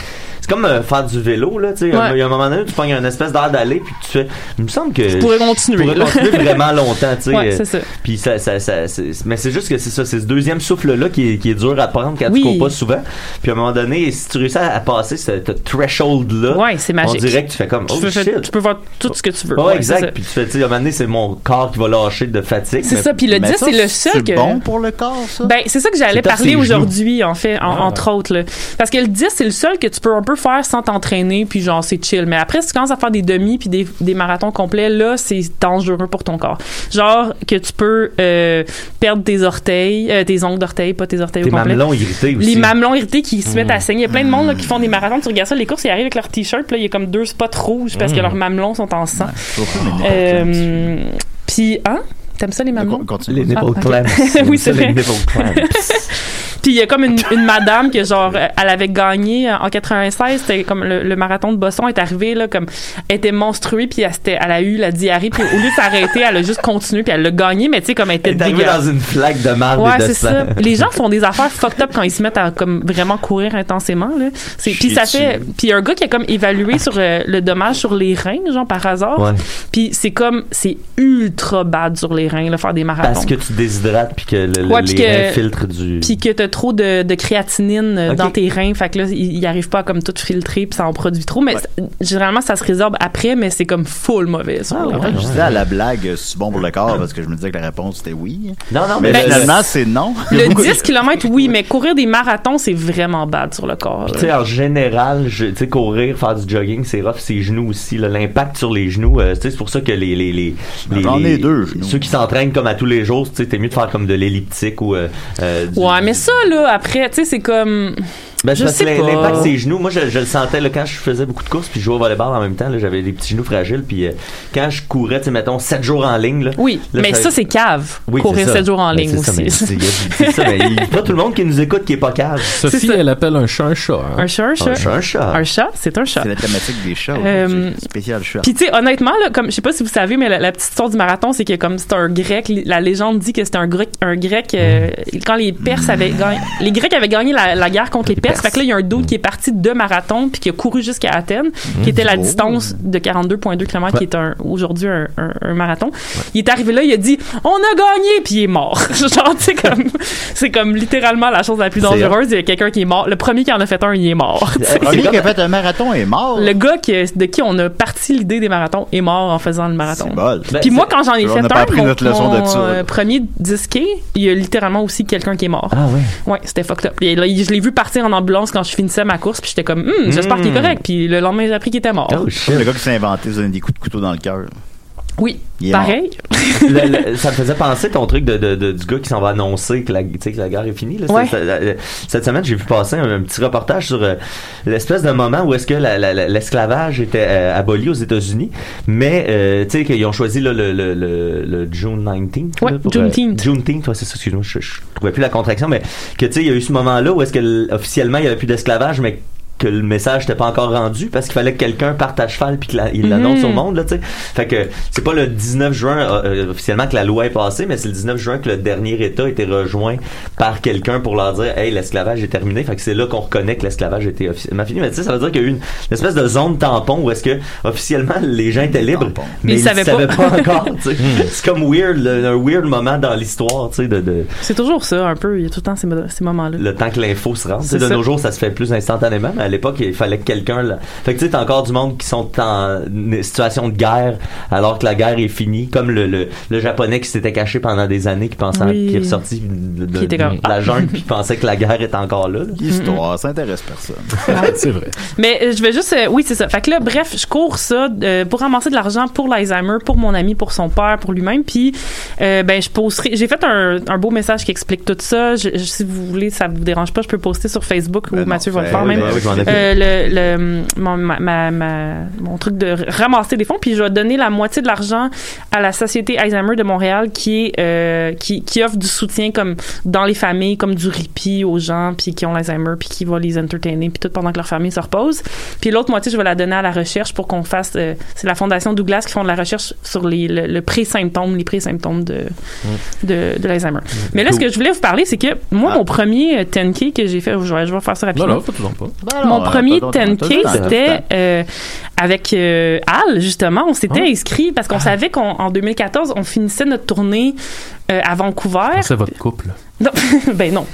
S7: c'est comme euh, faire du vélo, là, tu sais. un-
S4: Ouais.
S7: Il y a un moment donné, tu pognes un espèce d'air d'aller, puis tu fais, il me semble que. Je
S4: pourrais continuer,
S7: pourrais
S4: là.
S7: continuer vraiment longtemps, tu sais.
S4: Ouais,
S7: euh,
S4: c'est ça.
S7: Puis ça, ça, ça- c'est- mais c'est juste que c'est ça, c'est ce deuxième souffle-là qui, est- qui est dur à prendre quand
S4: Oui.
S7: tu cours pas souvent. Puis à un moment donné, si tu réussis à, à passer ce ce threshold-là,
S4: Ouais, c'est magique.
S7: on dirait que tu fais comme, oh
S4: tu, peux faire-
S7: shit.
S4: tu peux voir tout ce que tu veux.
S7: Ouais,
S4: Ouais, c'est
S7: exact.
S4: ça.
S7: Puis tu fais, tu sais, à un moment donné, c'est mon corps qui va lâcher de fatigue.
S4: C'est
S7: mais-
S4: ça, puis le
S7: mais
S4: 10,
S7: ça,
S4: c'est le seul que.
S7: bon
S3: pour le corps, ça?
S4: Ben, c'est ça que j'allais
S7: C'est Ah, par ses
S4: parler
S7: genoux.
S4: aujourd'hui, en fait, en- entre autres. là. Parce que le 10, c'est le seul que tu peux un peu faire sans t'entraîner, puis genre, c'est chill. Mais après, si tu commences à faire des demi puis des, des marathons complets, là, c'est dangereux pour ton corps. Genre, que tu peux euh, perdre tes orteils, euh, tes ongles d'orteils, pas tes orteils
S7: Tes
S4: au complet.
S7: mamelons irrités aussi.
S4: Les mamelons irrités qui se mettent à
S7: Mm.
S4: saigner. Il y a plein de monde là, qui font des marathons, tu regardes ça, les courses, ils arrivent avec leur t-shirt, puis là, il y a comme deux spots rouges parce que
S3: Mm.
S4: leurs mamelons sont en sang.
S3: Oh.
S4: Euh, Puis, hein? T'aimes ça les mamelons?
S3: continue. Les
S4: Ah,
S3: nipple
S4: ok.
S3: clamps.
S4: oui, c'est
S3: Ça,
S4: vrai.
S3: les nipple clamps.
S4: Puis il y a comme une, une madame que genre euh, elle avait gagné euh, en 96, c'était comme le, le marathon de Boston est arrivé là comme elle était monstruée puis elle, s'était- elle a eu la diarrhée puis au lieu de s'arrêter, elle a juste continué puis elle l'a gagné mais tu sais comme elle était
S7: T'es arrivé
S4: dégueulasse.
S7: dans une flaque de marde
S4: Ouais,
S7: et de
S4: c'est
S7: sang.
S4: ça. Les gens font des affaires fucked up quand ils se mettent à comme vraiment courir intensément là. C'est puis ça
S7: Chier
S4: fait
S7: dessus.
S4: puis un gars qui a comme évalué sur euh, le dommage sur les reins genre par hasard.
S7: Ouais.
S4: Puis c'est comme c'est ultra bad sur les reins là faire des marathons.
S7: Parce que tu déshydrates puis que le, le-
S4: Ouais,
S7: les
S4: puis que-
S7: reins filtrent du.
S4: Puis que t'as trop de, de créatinine euh,
S7: Ok.
S4: dans tes reins, fait que là, il il arrive pas à comme tout filtrer, puis ça en produit trop. Mais c'est- généralement, ça se résorbe après, mais c'est comme full mauvais.
S7: Ah
S4: sur le
S3: En
S4: rein.
S3: fait, je disais à la blague, c'est bon pour le corps parce que je me disais que la réponse était oui.
S7: Non, non,
S3: mais
S4: mais-
S3: finalement, c'est non.
S4: Ben, Le 10 km, oui, mais courir des marathons, c'est vraiment bad sur le corps.
S7: Tu sais, en général, je- tu sais, courir, faire du jogging, c'est rough, ses genoux aussi, là, l'impact sur les genoux, euh, tu sais, c'est pour ça que les, les, les, les-
S3: J'en ai
S7: les-
S3: deux
S7: ceux qui s'entraînent comme à tous les jours, tu sais, t'es mieux de faire comme de l'elliptique ou, euh, euh, du-
S4: Ouais, mais ça, là, après, tu sais, c'est comme.
S7: Ben, c'est
S4: je
S7: parce que
S4: sais
S7: l'im-
S4: pas.
S7: l'impact ses genoux, moi je, je le sentais là, quand je faisais beaucoup de courses puis je jouais au volleyball en même temps, là, j'avais des petits genoux fragiles puis euh, quand je courais, tu sais mettons 7 jours en ligne là,
S4: Oui,
S7: là,
S4: mais ça, c'est cave.
S7: Oui,
S4: courir
S7: c'est ça.
S4: 7 jours en
S7: Ben,
S4: ligne
S7: c'est ça, mais
S4: aussi.
S7: c'est- il y a- c'est ça, mais il y a pas tout le monde qui nous écoute qui est pas cave.
S5: Sophie, elle appelle un chat un chat. hein.
S4: Un chat, un chat.
S7: Un chat, un chat.
S4: Un chat, c'est un chat.
S3: C'est la thématique des chats.
S4: Euh,
S3: aujourd'hui. spécial chat.
S4: Puis tu sais honnêtement là comme je sais pas si vous savez mais la, la petite histoire du marathon c'est que comme c'était un grec li- la légende dit que c'était un grec un grec euh, quand les perses avaient gagné les grecs avaient gagné la, la guerre contre les perses fait que là il y a un doute qui est parti de marathon puis qui a couru jusqu'à Athènes qui était la
S13: Oh.
S4: distance de 42.2 km qui
S13: Ouais.
S4: est un aujourd'hui un, un- un marathon il est arrivé là il a dit on a gagné puis il est mort genre tu sais comme c'est comme littéralement la chose la plus
S3: C'est-
S4: dangereuse il y a quelqu'un qui est mort le premier qui en a fait un il est mort
S7: Ah,
S4: tu sais.
S3: Le premier qui a fait un marathon est mort.
S4: Le gars qui, de qui on a parti l'idée des marathons est mort en faisant le marathon.
S3: bol.
S4: Puis
S3: Ben,
S4: moi,
S3: c'est-
S4: quand j'en ai
S3: on
S4: fait
S3: n'a pas
S4: un,
S3: appris
S4: mon,
S3: notre leçon
S4: mon,
S3: de ça, là.
S4: euh, premier disqué, il y a littéralement aussi quelqu'un qui est mort.
S7: Ah
S4: ouais? Ouais, c'était fucked up. Et là, je l'ai vu partir en ambulance quand je finissais ma course, puis j'étais comme, Hum, j'espère qu'il est
S3: Mm.
S4: correct. Puis le lendemain, j'ai appris qu'il était mort.
S7: Oh,
S3: Le gars qui s'est inventé, il a des coups de couteau dans le cœur.
S4: Oui,
S3: Il est
S4: pareil.
S7: Le- le- ça me faisait penser ton truc de, de- de- du gars qui s'en va annoncer que la, tu sais, que la guerre est finie. là. C'est-
S4: Ouais.
S7: ça- euh, cette semaine, j'ai vu passer un, un petit reportage sur euh, l'espèce de moment où est-ce que la- la- la- l'esclavage était euh, aboli aux États-Unis, mais euh, tu sais qu'ils ont choisi là, le, le, le, le June 19th.
S4: Ouais,
S7: là, pour,
S4: Juneteenth.
S7: euh, Juneteenth, ouais, c'est ça, excuse-moi, je, je trouvais plus la contraction, mais que tu sais, il y a eu ce moment-là où est-ce que l- officiellement il n'y avait plus d'esclavage, mais que le message n'était pas encore rendu parce qu'il fallait que quelqu'un parte à cheval puis qu'il la- il l'annonce au
S4: Mhm.
S7: monde monde, là, tu sais. Fait que c'est pas le 19 juin euh, euh, officiellement que la loi est passée, mais c'est le 19 juin que le dernier État était rejoint par quelqu'un pour leur dire, hey, l'esclavage est terminé. Fait que c'est là qu'on reconnaît que l'esclavage était officiellement fini. Mais tu sais, ça veut dire qu'il y a eu une, une espèce de zone tampon où est-ce que officiellement les gens étaient libres, mais
S4: Ils
S7: ils,
S4: savaient
S7: savaient
S4: pas.
S7: pas, encore. tu sais. c'est comme weird, le- un weird moment dans l'histoire, tu sais, de, de-
S4: C'est toujours ça, un peu. Il y a tout le temps ces, mo- ces moments-là.
S7: le temps que l'info se rende. Tu sais,
S4: C'est
S7: De
S4: ça.
S7: nos jours, ça se fait plus instantanément, mais à l'époque, il fallait que quelqu'un. là- Fait que tu sais, t'as encore du monde qui sont en une situation de guerre alors que la guerre est finie, comme le, le, le japonais qui s'était caché pendant des années, qui pensait
S4: Oui.
S7: qu'il est ressorti de, de-
S4: Qui était comme-
S7: de la jungle, puis qui pensait que la guerre était encore là.
S4: L'histoire,
S7: ça intéresse personne.
S3: c'est vrai.
S4: Mais euh, je vais juste, euh, oui, c'est ça. Fait que là, bref, je cours ça euh, pour ramasser de l'argent pour l'Alzheimer, pour mon ami, pour son père, pour lui-même. Puis, euh, ben, je posterai. J'ai fait un, un beau
S3: Ben
S4: message qui explique tout ça. Je- je- si vous voulez, ça vous dérange pas, je peux poster sur Facebook ou Mathieu va le faire même.
S7: Ben oui, je m'en en effet.
S4: euh, le, le- mon, ma- ma- ma- mon truc de r- ramasser des fonds, puis je vais donner la moitié de l'argent à la Société Alzheimer de Montréal qui, est, euh, qui, qui offre du soutien comme dans les familles, comme du répit aux gens puis qui ont l'Alzheimer, puis qui va les entertainer, puis tout pendant que leur famille se repose. Puis l'autre moitié, je vais la donner à la recherche pour qu'on fasse... euh, c'est la Fondation Douglas qui font de la recherche sur les, le, le pré-symptôme, les pré-symptômes de,
S5: Mm.
S4: de, de l'Alzheimer. Mais là, ce que je voulais vous parler, c'est que moi, mon premier euh, 10K que j'ai fait, je vais, je vais faire ça rapidement.
S5: Ah. non, pas toujours pas.
S3: Ben
S4: Mon
S5: non,
S4: premier
S5: attends, attends,
S4: 10K,
S3: hein.
S5: attends, attends.
S4: c'était euh, avec euh, Al, justement. On s'était
S5: Oh.
S4: inscrit parce
S5: Ah.
S4: qu'on savait qu'en 2014, on finissait notre tournée euh, à Vancouver.
S5: C'est votre couple.
S4: Non, ben non.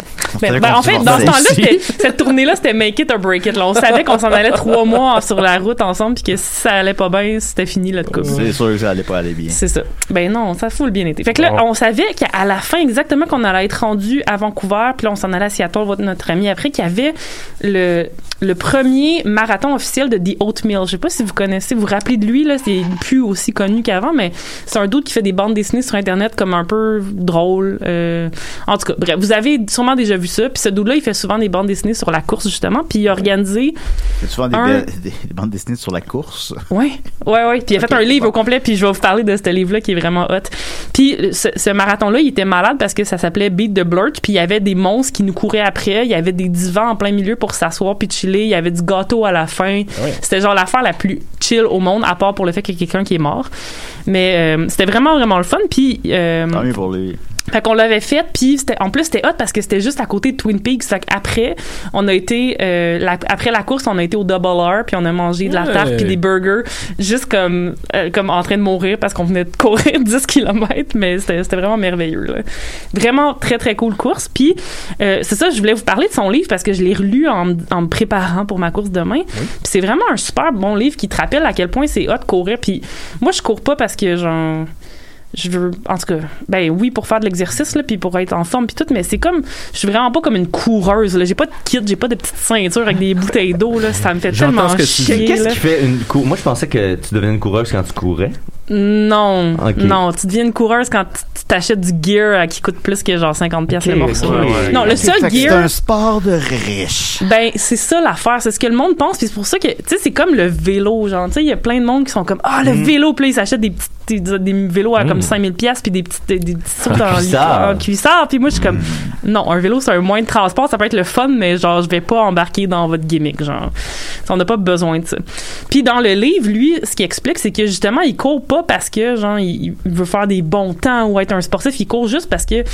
S4: Ben,
S5: savait
S4: ben,
S5: qu'on
S4: en fait, dans
S5: se
S4: ce
S5: vendait
S4: temps-là,
S5: ici.
S4: c'était- cette tournée-là, c'était Make It or Break It. là. On savait qu'on s'en allait trois mois sur la route ensemble puis que si ça allait pas bien, c'était fini notre couple.
S3: C'est sûr que ça allait pas aller bien.
S4: C'est ça. Ben non, ça fout le bien été. Fait que là,
S3: Bon.
S4: on savait qu'à la fin, exactement qu'on allait être rendu à Vancouver, puis là, on s'en allait à Seattle, voir notre ami après, qu'il y avait le, le premier marathon officiel de The Oatmeal. Je sais pas si vous connaissez, vous vous rappelez de lui, là, c'est plus aussi connu qu'avant, mais c'est un doute qui fait des bandes dessinées sur Internet comme un peu drôle. euh, en tout cas, bref, vous avez sûrement déjà vu ça, puis ce doute-là, il fait souvent des bandes dessinées sur la course, justement, puis il a organisé.
S3: C'est souvent des,
S4: Un-
S3: belles- des- des bandes dessinées sur la course.
S4: Oui, ouais, ouais. Puis il a fait un livre au complet, puis je vais vous parler de ce livre-là qui est vraiment hot. Puis le- ce, ce marathon-là, il était malade parce que ça s'appelait Beat the Blurt, puis il y avait des monstres qui nous couraient après, il y avait des divans en plein milieu pour s'asseoir puis chiller, il y avait du gâteau à la fin. C'était genre l'affaire la plus chill au monde, à part pour le fait qu'il y a quelqu'un qui est mort. Mais euh, c'était vraiment, vraiment le fun. Puis euh,
S3: Tant mieux pour lui.
S4: fait qu'on l'avait fait, puis c'était- en plus c'était hot parce que c'était juste à côté de Twin Peaks. Fait qu'après, on a été euh, la- après la course, on a été au Double R, puis on a mangé de la
S11: Ouais.
S4: tarte puis des burgers, juste comme euh, comme en train de mourir parce qu'on venait de courir 10 km, mais c'était c'était vraiment merveilleux. là. Vraiment très très cool course. Puis euh, c'est ça, je voulais vous parler de son livre parce que je l'ai relu en, m- en me préparant pour ma course demain. Puis c'est vraiment un super bon livre qui te rappelle à quel point c'est hot de courir. Puis moi je cours pas parce que genre je veux en tout cas ben oui pour faire de l'exercice là puis pour être en forme puis tout mais c'est comme je suis vraiment pas comme une coureuse là j'ai pas de kit j'ai pas de petite ceinture avec des bouteilles d'eau là ça me fait tellement chier
S7: Qu'est-ce
S4: là.
S7: qui fait une cour... Moi, je pensais que tu devenais une coureuse quand tu courais.
S4: non
S7: Ok.
S4: non tu deviens une coureuse quand tu- tu t'achètes du gear euh, qui coûte plus que genre 50 pièces le
S3: Ok,
S4: morceau
S3: ok.
S4: non le
S3: Ok,
S4: seul
S3: fait que C'est
S4: gear
S3: un sport de riche.
S4: Ben, c'est ça l'affaire. C'est ce que le monde pense. Puis c'est pour ça que, tu sais, c'est comme le vélo. Genre, tu sais, il y a plein de monde qui sont comme, ah, le
S11: Mhm.
S4: vélo. Puis là, ils s'achètent des petits des, des vélos à
S11: Mhm.
S4: comme 5000 pièces puis des petites des, des petits sauts
S11: Un
S4: dans
S11: cuissard. Mm.
S4: en cuissard. Puis moi, je suis comme, non, un vélo, c'est un moyen de transport. Ça peut être le fun, mais genre, je vais pas embarquer dans votre gimmick. Genre, on n'a pas besoin de ça. Puis dans le livre, lui, ce qu'il explique, c'est que justement, il court pas parce que, genre, il, il veut faire des bons temps ou être un sportif. Il court juste parce que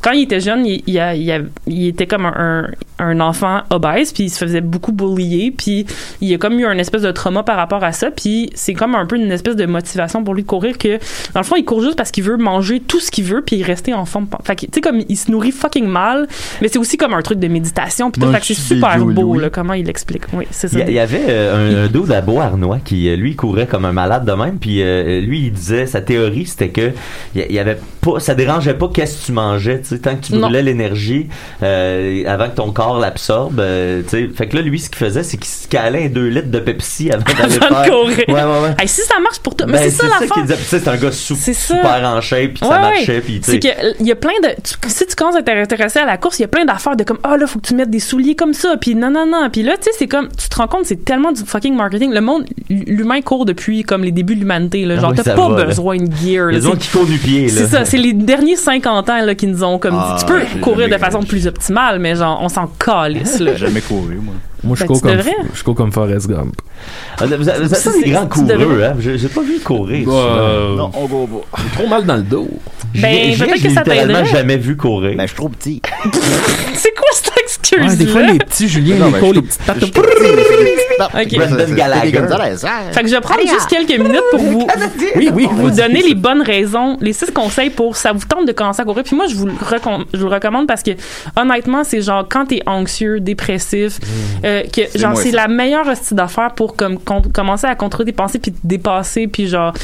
S4: quand il était jeune, il, il a- il a- il était comme un, un enfant obèse, puis il se faisait beaucoup bullier, puis il a comme eu un espèce de trauma par rapport à ça, puis c'est comme un peu une espèce de motivation pour lui de courir que, dans le fond, il court juste parce qu'il veut manger tout ce qu'il veut, puis rester en forme. Fait que, tu sais, comme il se nourrit fucking mal, mais c'est aussi comme un truc de méditation, puis tout. Fait que c'est
S7: Mange
S4: super
S7: des
S4: beau,
S7: yolos.
S4: là, comment il l'explique. Oui, c'est ça.
S7: Il y, a- il y avait euh, un, un dos d'abo Arnois qui, euh, lui, courait comme un malade de même. Puis euh, lui, il disait, sa théorie, c'était que il y- il y avait pas, ça dérangeait pas qu'est-ce que tu mangeais, tu sais, tant que tu
S4: Non.
S7: brûlais l'énergie euh, avant que ton corps l'absorbe. euh, tu sais. fait que là, lui, ce qu'il faisait, c'est qu'il se calait un 2 litres de Pepsi avant
S4: Avant de
S7: d'aller faire.
S4: courir.
S7: Ouais, ouais, ouais.
S4: Hey, si ça marche pour toi, mais
S7: Ben,
S4: c'est ça
S7: qu'il
S4: l'affaire.
S7: disait. Puis, tu sais, c'est un gars sou- super en shape, puis
S4: Ouais,
S7: ça marchait,
S4: ouais.
S7: puis tu
S4: C'est
S7: sais.
S4: qu'il y a plein de. tu- si tu commences à t'intéresser à la course, il y a plein d'affaires de comme Ah là, faut que tu mettes des souliers comme ça, puis non, non, non. Puis là, tu sais, c'est comme. Tu te rends compte, c'est tellement du fucking marketing. Le monde, l'humain court depuis comme les débuts de l'humanité. là.
S7: Ah
S4: Genre,
S7: oui,
S4: t'as
S7: ça
S4: pas
S7: va, là.
S4: besoin de gear.
S7: Il y a
S4: là.
S7: des gens
S4: C'est-
S7: qui courent du pied, là.
S4: c'est ça, c'est les derniers 50 ans là, qui nous ont comme
S7: Ah,
S4: dit, tu peux
S7: j'ai
S4: courir de
S7: jamais
S4: façon plus optimale, mais genre, on s'en calisse. Là.
S3: J'ai jamais couru, moi.
S5: Moi, je
S4: Ben,
S5: cours
S4: tu
S5: comme,
S4: devrais.
S5: je cours comme Forrest Gump.
S7: Ah, Vous, vous êtes pas
S4: C'est-
S7: des grands
S4: tu
S7: coureux,
S4: devrais-
S7: hein? Je- J'ai pas vu courir.
S5: Bah, euh, Non,
S3: on va
S5: Trop mal dans le dos.
S4: Ben,
S7: J'ai- j'ai-
S4: peut-être
S7: j'ai
S4: que ça
S7: littéralement
S4: t'aiderait.
S7: jamais vu courir. Mais
S3: Ben, je suis trop petit.
S4: C'est quoi cette excuse-là?
S5: Ouais, Ah, des fois, les petits Julien,
S7: Non,
S5: les
S7: ben,
S5: cours,
S7: je
S5: les
S7: trouve-
S5: petites pattes.
S4: Ok.
S7: Brendan Gallagher.
S3: hein.
S4: Fait que je vais prendre
S11: Allez,
S4: juste
S11: ah.
S4: quelques minutes pour vous,
S11: Oui, oui,
S4: vous donner les bonnes raisons, les six conseils pour ça vous tente de commencer à courir. Puis moi, je vous le, recom- je vous le recommande parce que honnêtement, c'est genre quand t'es anxieux,
S7: Mmh.
S4: dépressif, euh, que
S11: C'est
S4: genre
S11: moi,
S4: c'est
S11: ça.
S4: la
S7: Mmh.
S4: meilleure hostie d'affaires pour comme com- commencer à contrôler tes pensées puis te dépasser puis genre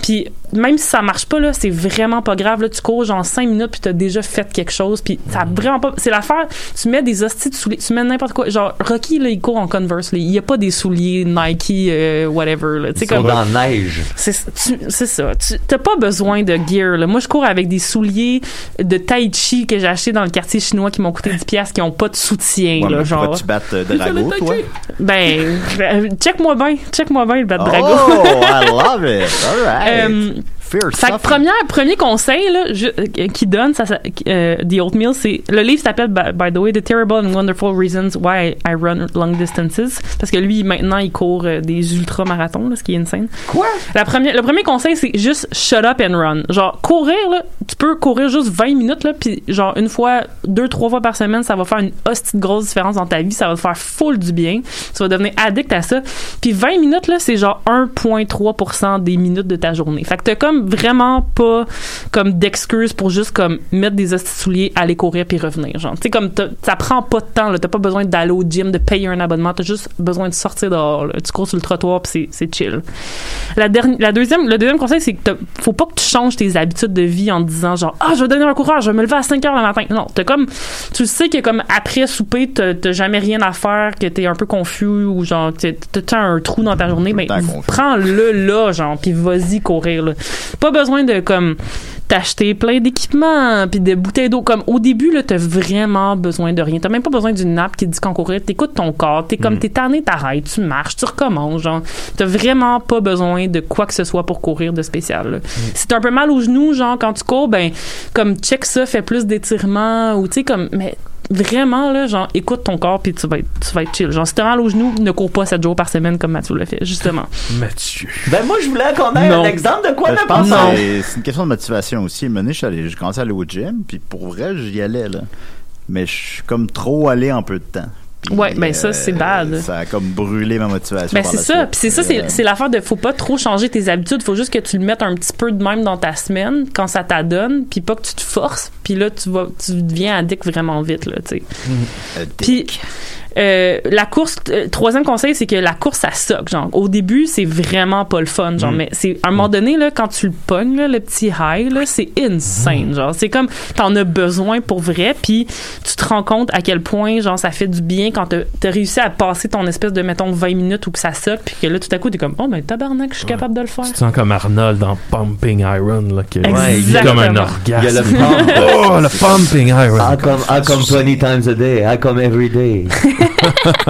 S4: puis même si ça marche pas, là, c'est vraiment pas grave. Là, tu cours genre 5 minutes, puis t'as déjà fait quelque chose, puis ça a
S7: Mmh.
S4: vraiment pas. C'est l'affaire, tu mets des hosties de souliers, tu mets n'importe quoi. Genre, Rocky, là, il court en Converse, là. Il y a pas des souliers Nike, euh, whatever, là. Tu sais,
S7: Ils sont
S4: comme.
S7: dans la neige.
S4: C'est tu- c'est ça. Tu n'as pas besoin de gear. Là. Moi, je cours avec des souliers de tai chi que j'ai acheté dans le quartier chinois qui m'ont coûté 10 pièces qui n'ont pas de soutien.
S3: Ouais,
S4: là,
S3: mais
S4: genre.
S3: pourquoi tu battes euh, Drago, toi?
S4: Ben, euh, check-moi bien. Check-moi bien le bat de dragon.
S3: Oh, I love it. All right.
S4: Euh,
S3: Fear
S4: Fait que
S3: suffering.
S4: première, premier conseil là, je- euh, qui donne ça, ça, euh, The Oatmeal, c'est le livre s'appelle by, by the way The Terrible and Wonderful Reasons Why I Run Long Distances parce que lui maintenant il court euh, des ultra marathons ce qui est insane. Quoi La première, le premier conseil c'est juste shut up and run. Genre courir là, tu peux courir juste 20 minutes là puis genre une fois, deux trois fois par semaine ça va faire une hostie de grosse différence dans ta vie, ça va te faire full du bien, tu vas devenir addict à ça. Puis 20 minutes là, c'est genre 1.3% des minutes de ta journée. Fait que t'as comme vraiment pas comme d'excuses pour juste comme mettre des hosties de souliers, aller courir puis revenir. Genre, tu sais comme t'as- ça prend pas de temps là, t'as pas besoin d'aller au gym, de payer un abonnement, t'as juste besoin de sortir dehors. là. Tu cours sur le trottoir puis c'est c'est chill. La dernière, la deuxième, le deuxième conseil c'est que t'as- faut pas que tu changes tes habitudes de vie en te disant genre ah je vais devenir un coureur, je vais me lever à 5 heures le matin. Non, t'as comme tu sais que comme après souper t'as t'as jamais rien à faire, que t'es un peu confus ou genre que t'as- t'as un trou dans ta journée, ben, mais prends-le là genre puis vas-y courir là. Pas besoin de comme t'acheter plein d'équipements puis des bouteilles d'eau comme au début là t'as vraiment besoin de rien t'as même pas besoin d'une nappe qui dit qu'on courir t'écoutes ton corps t'es comme t'es tanné t'arrêtes tu marches tu recommences genre t'as vraiment pas besoin de quoi que ce soit pour courir de spécial là. si t'as un peu mal aux genoux genre quand tu cours ben comme check ça fais plus d'étirements ou tu sais comme mais vraiment là genre écoute ton corps puis tu vas être, tu vas être chill genre si t'as mal aux genoux ne cours pas 7 jours par semaine comme Mathieu le fait justement
S5: Mathieu
S7: Ben moi je voulais qu'on ait
S3: Non.
S7: un exemple de quoi
S4: Ben,
S7: de
S3: Euh, je pense que
S7: pensant.
S3: c'est- c'est une question de motivation aussi. Mené, je suis allé- j'ai commencé à aller au gym, puis pour vrai, j'y allais, là. Mais je suis comme trop allé en peu de temps. Puis,
S4: ouais ben ça c'est bad
S3: euh, Ça a comme brûlé ma motivation.
S4: Ben
S3: par
S4: c'est
S3: la
S4: ça,
S3: suite.
S4: puis c'est ça,
S3: Euh,
S4: c'est c'est l'affaire de faut pas trop changer tes habitudes, faut juste que tu le mettes un petit peu de même dans ta semaine quand ça t'adonne, puis pas que tu te forces, puis là tu vas tu deviens addict vraiment vite là, tu sais. Puis euh, la course, euh, troisième conseil, c'est que la course, ça soque. Genre, au début, c'est vraiment pas le fun. Genre,
S11: Mm.
S4: mais c'est à un moment donné là, quand tu le pognes, là, le petit high, là, c'est insane. Genre, c'est comme t'en as besoin pour vrai. Puis tu te rends compte à quel point, genre, ça fait du bien quand t'as t'as réussi à passer ton espèce de mettons 20 minutes ou que ça soque, puis que là, tout à coup, t'es comme, oh ben tabarnak, je suis capable de le faire.
S5: Tu te sens comme Arnold dans Pumping Iron, là, qui
S4: Ouais,
S5: il vit comme un
S4: exactement.
S5: orgasme.
S7: Il y a le pump.
S5: oh, le Pumping Iron.
S7: I come, I come 20 ah, times a day. I come every day.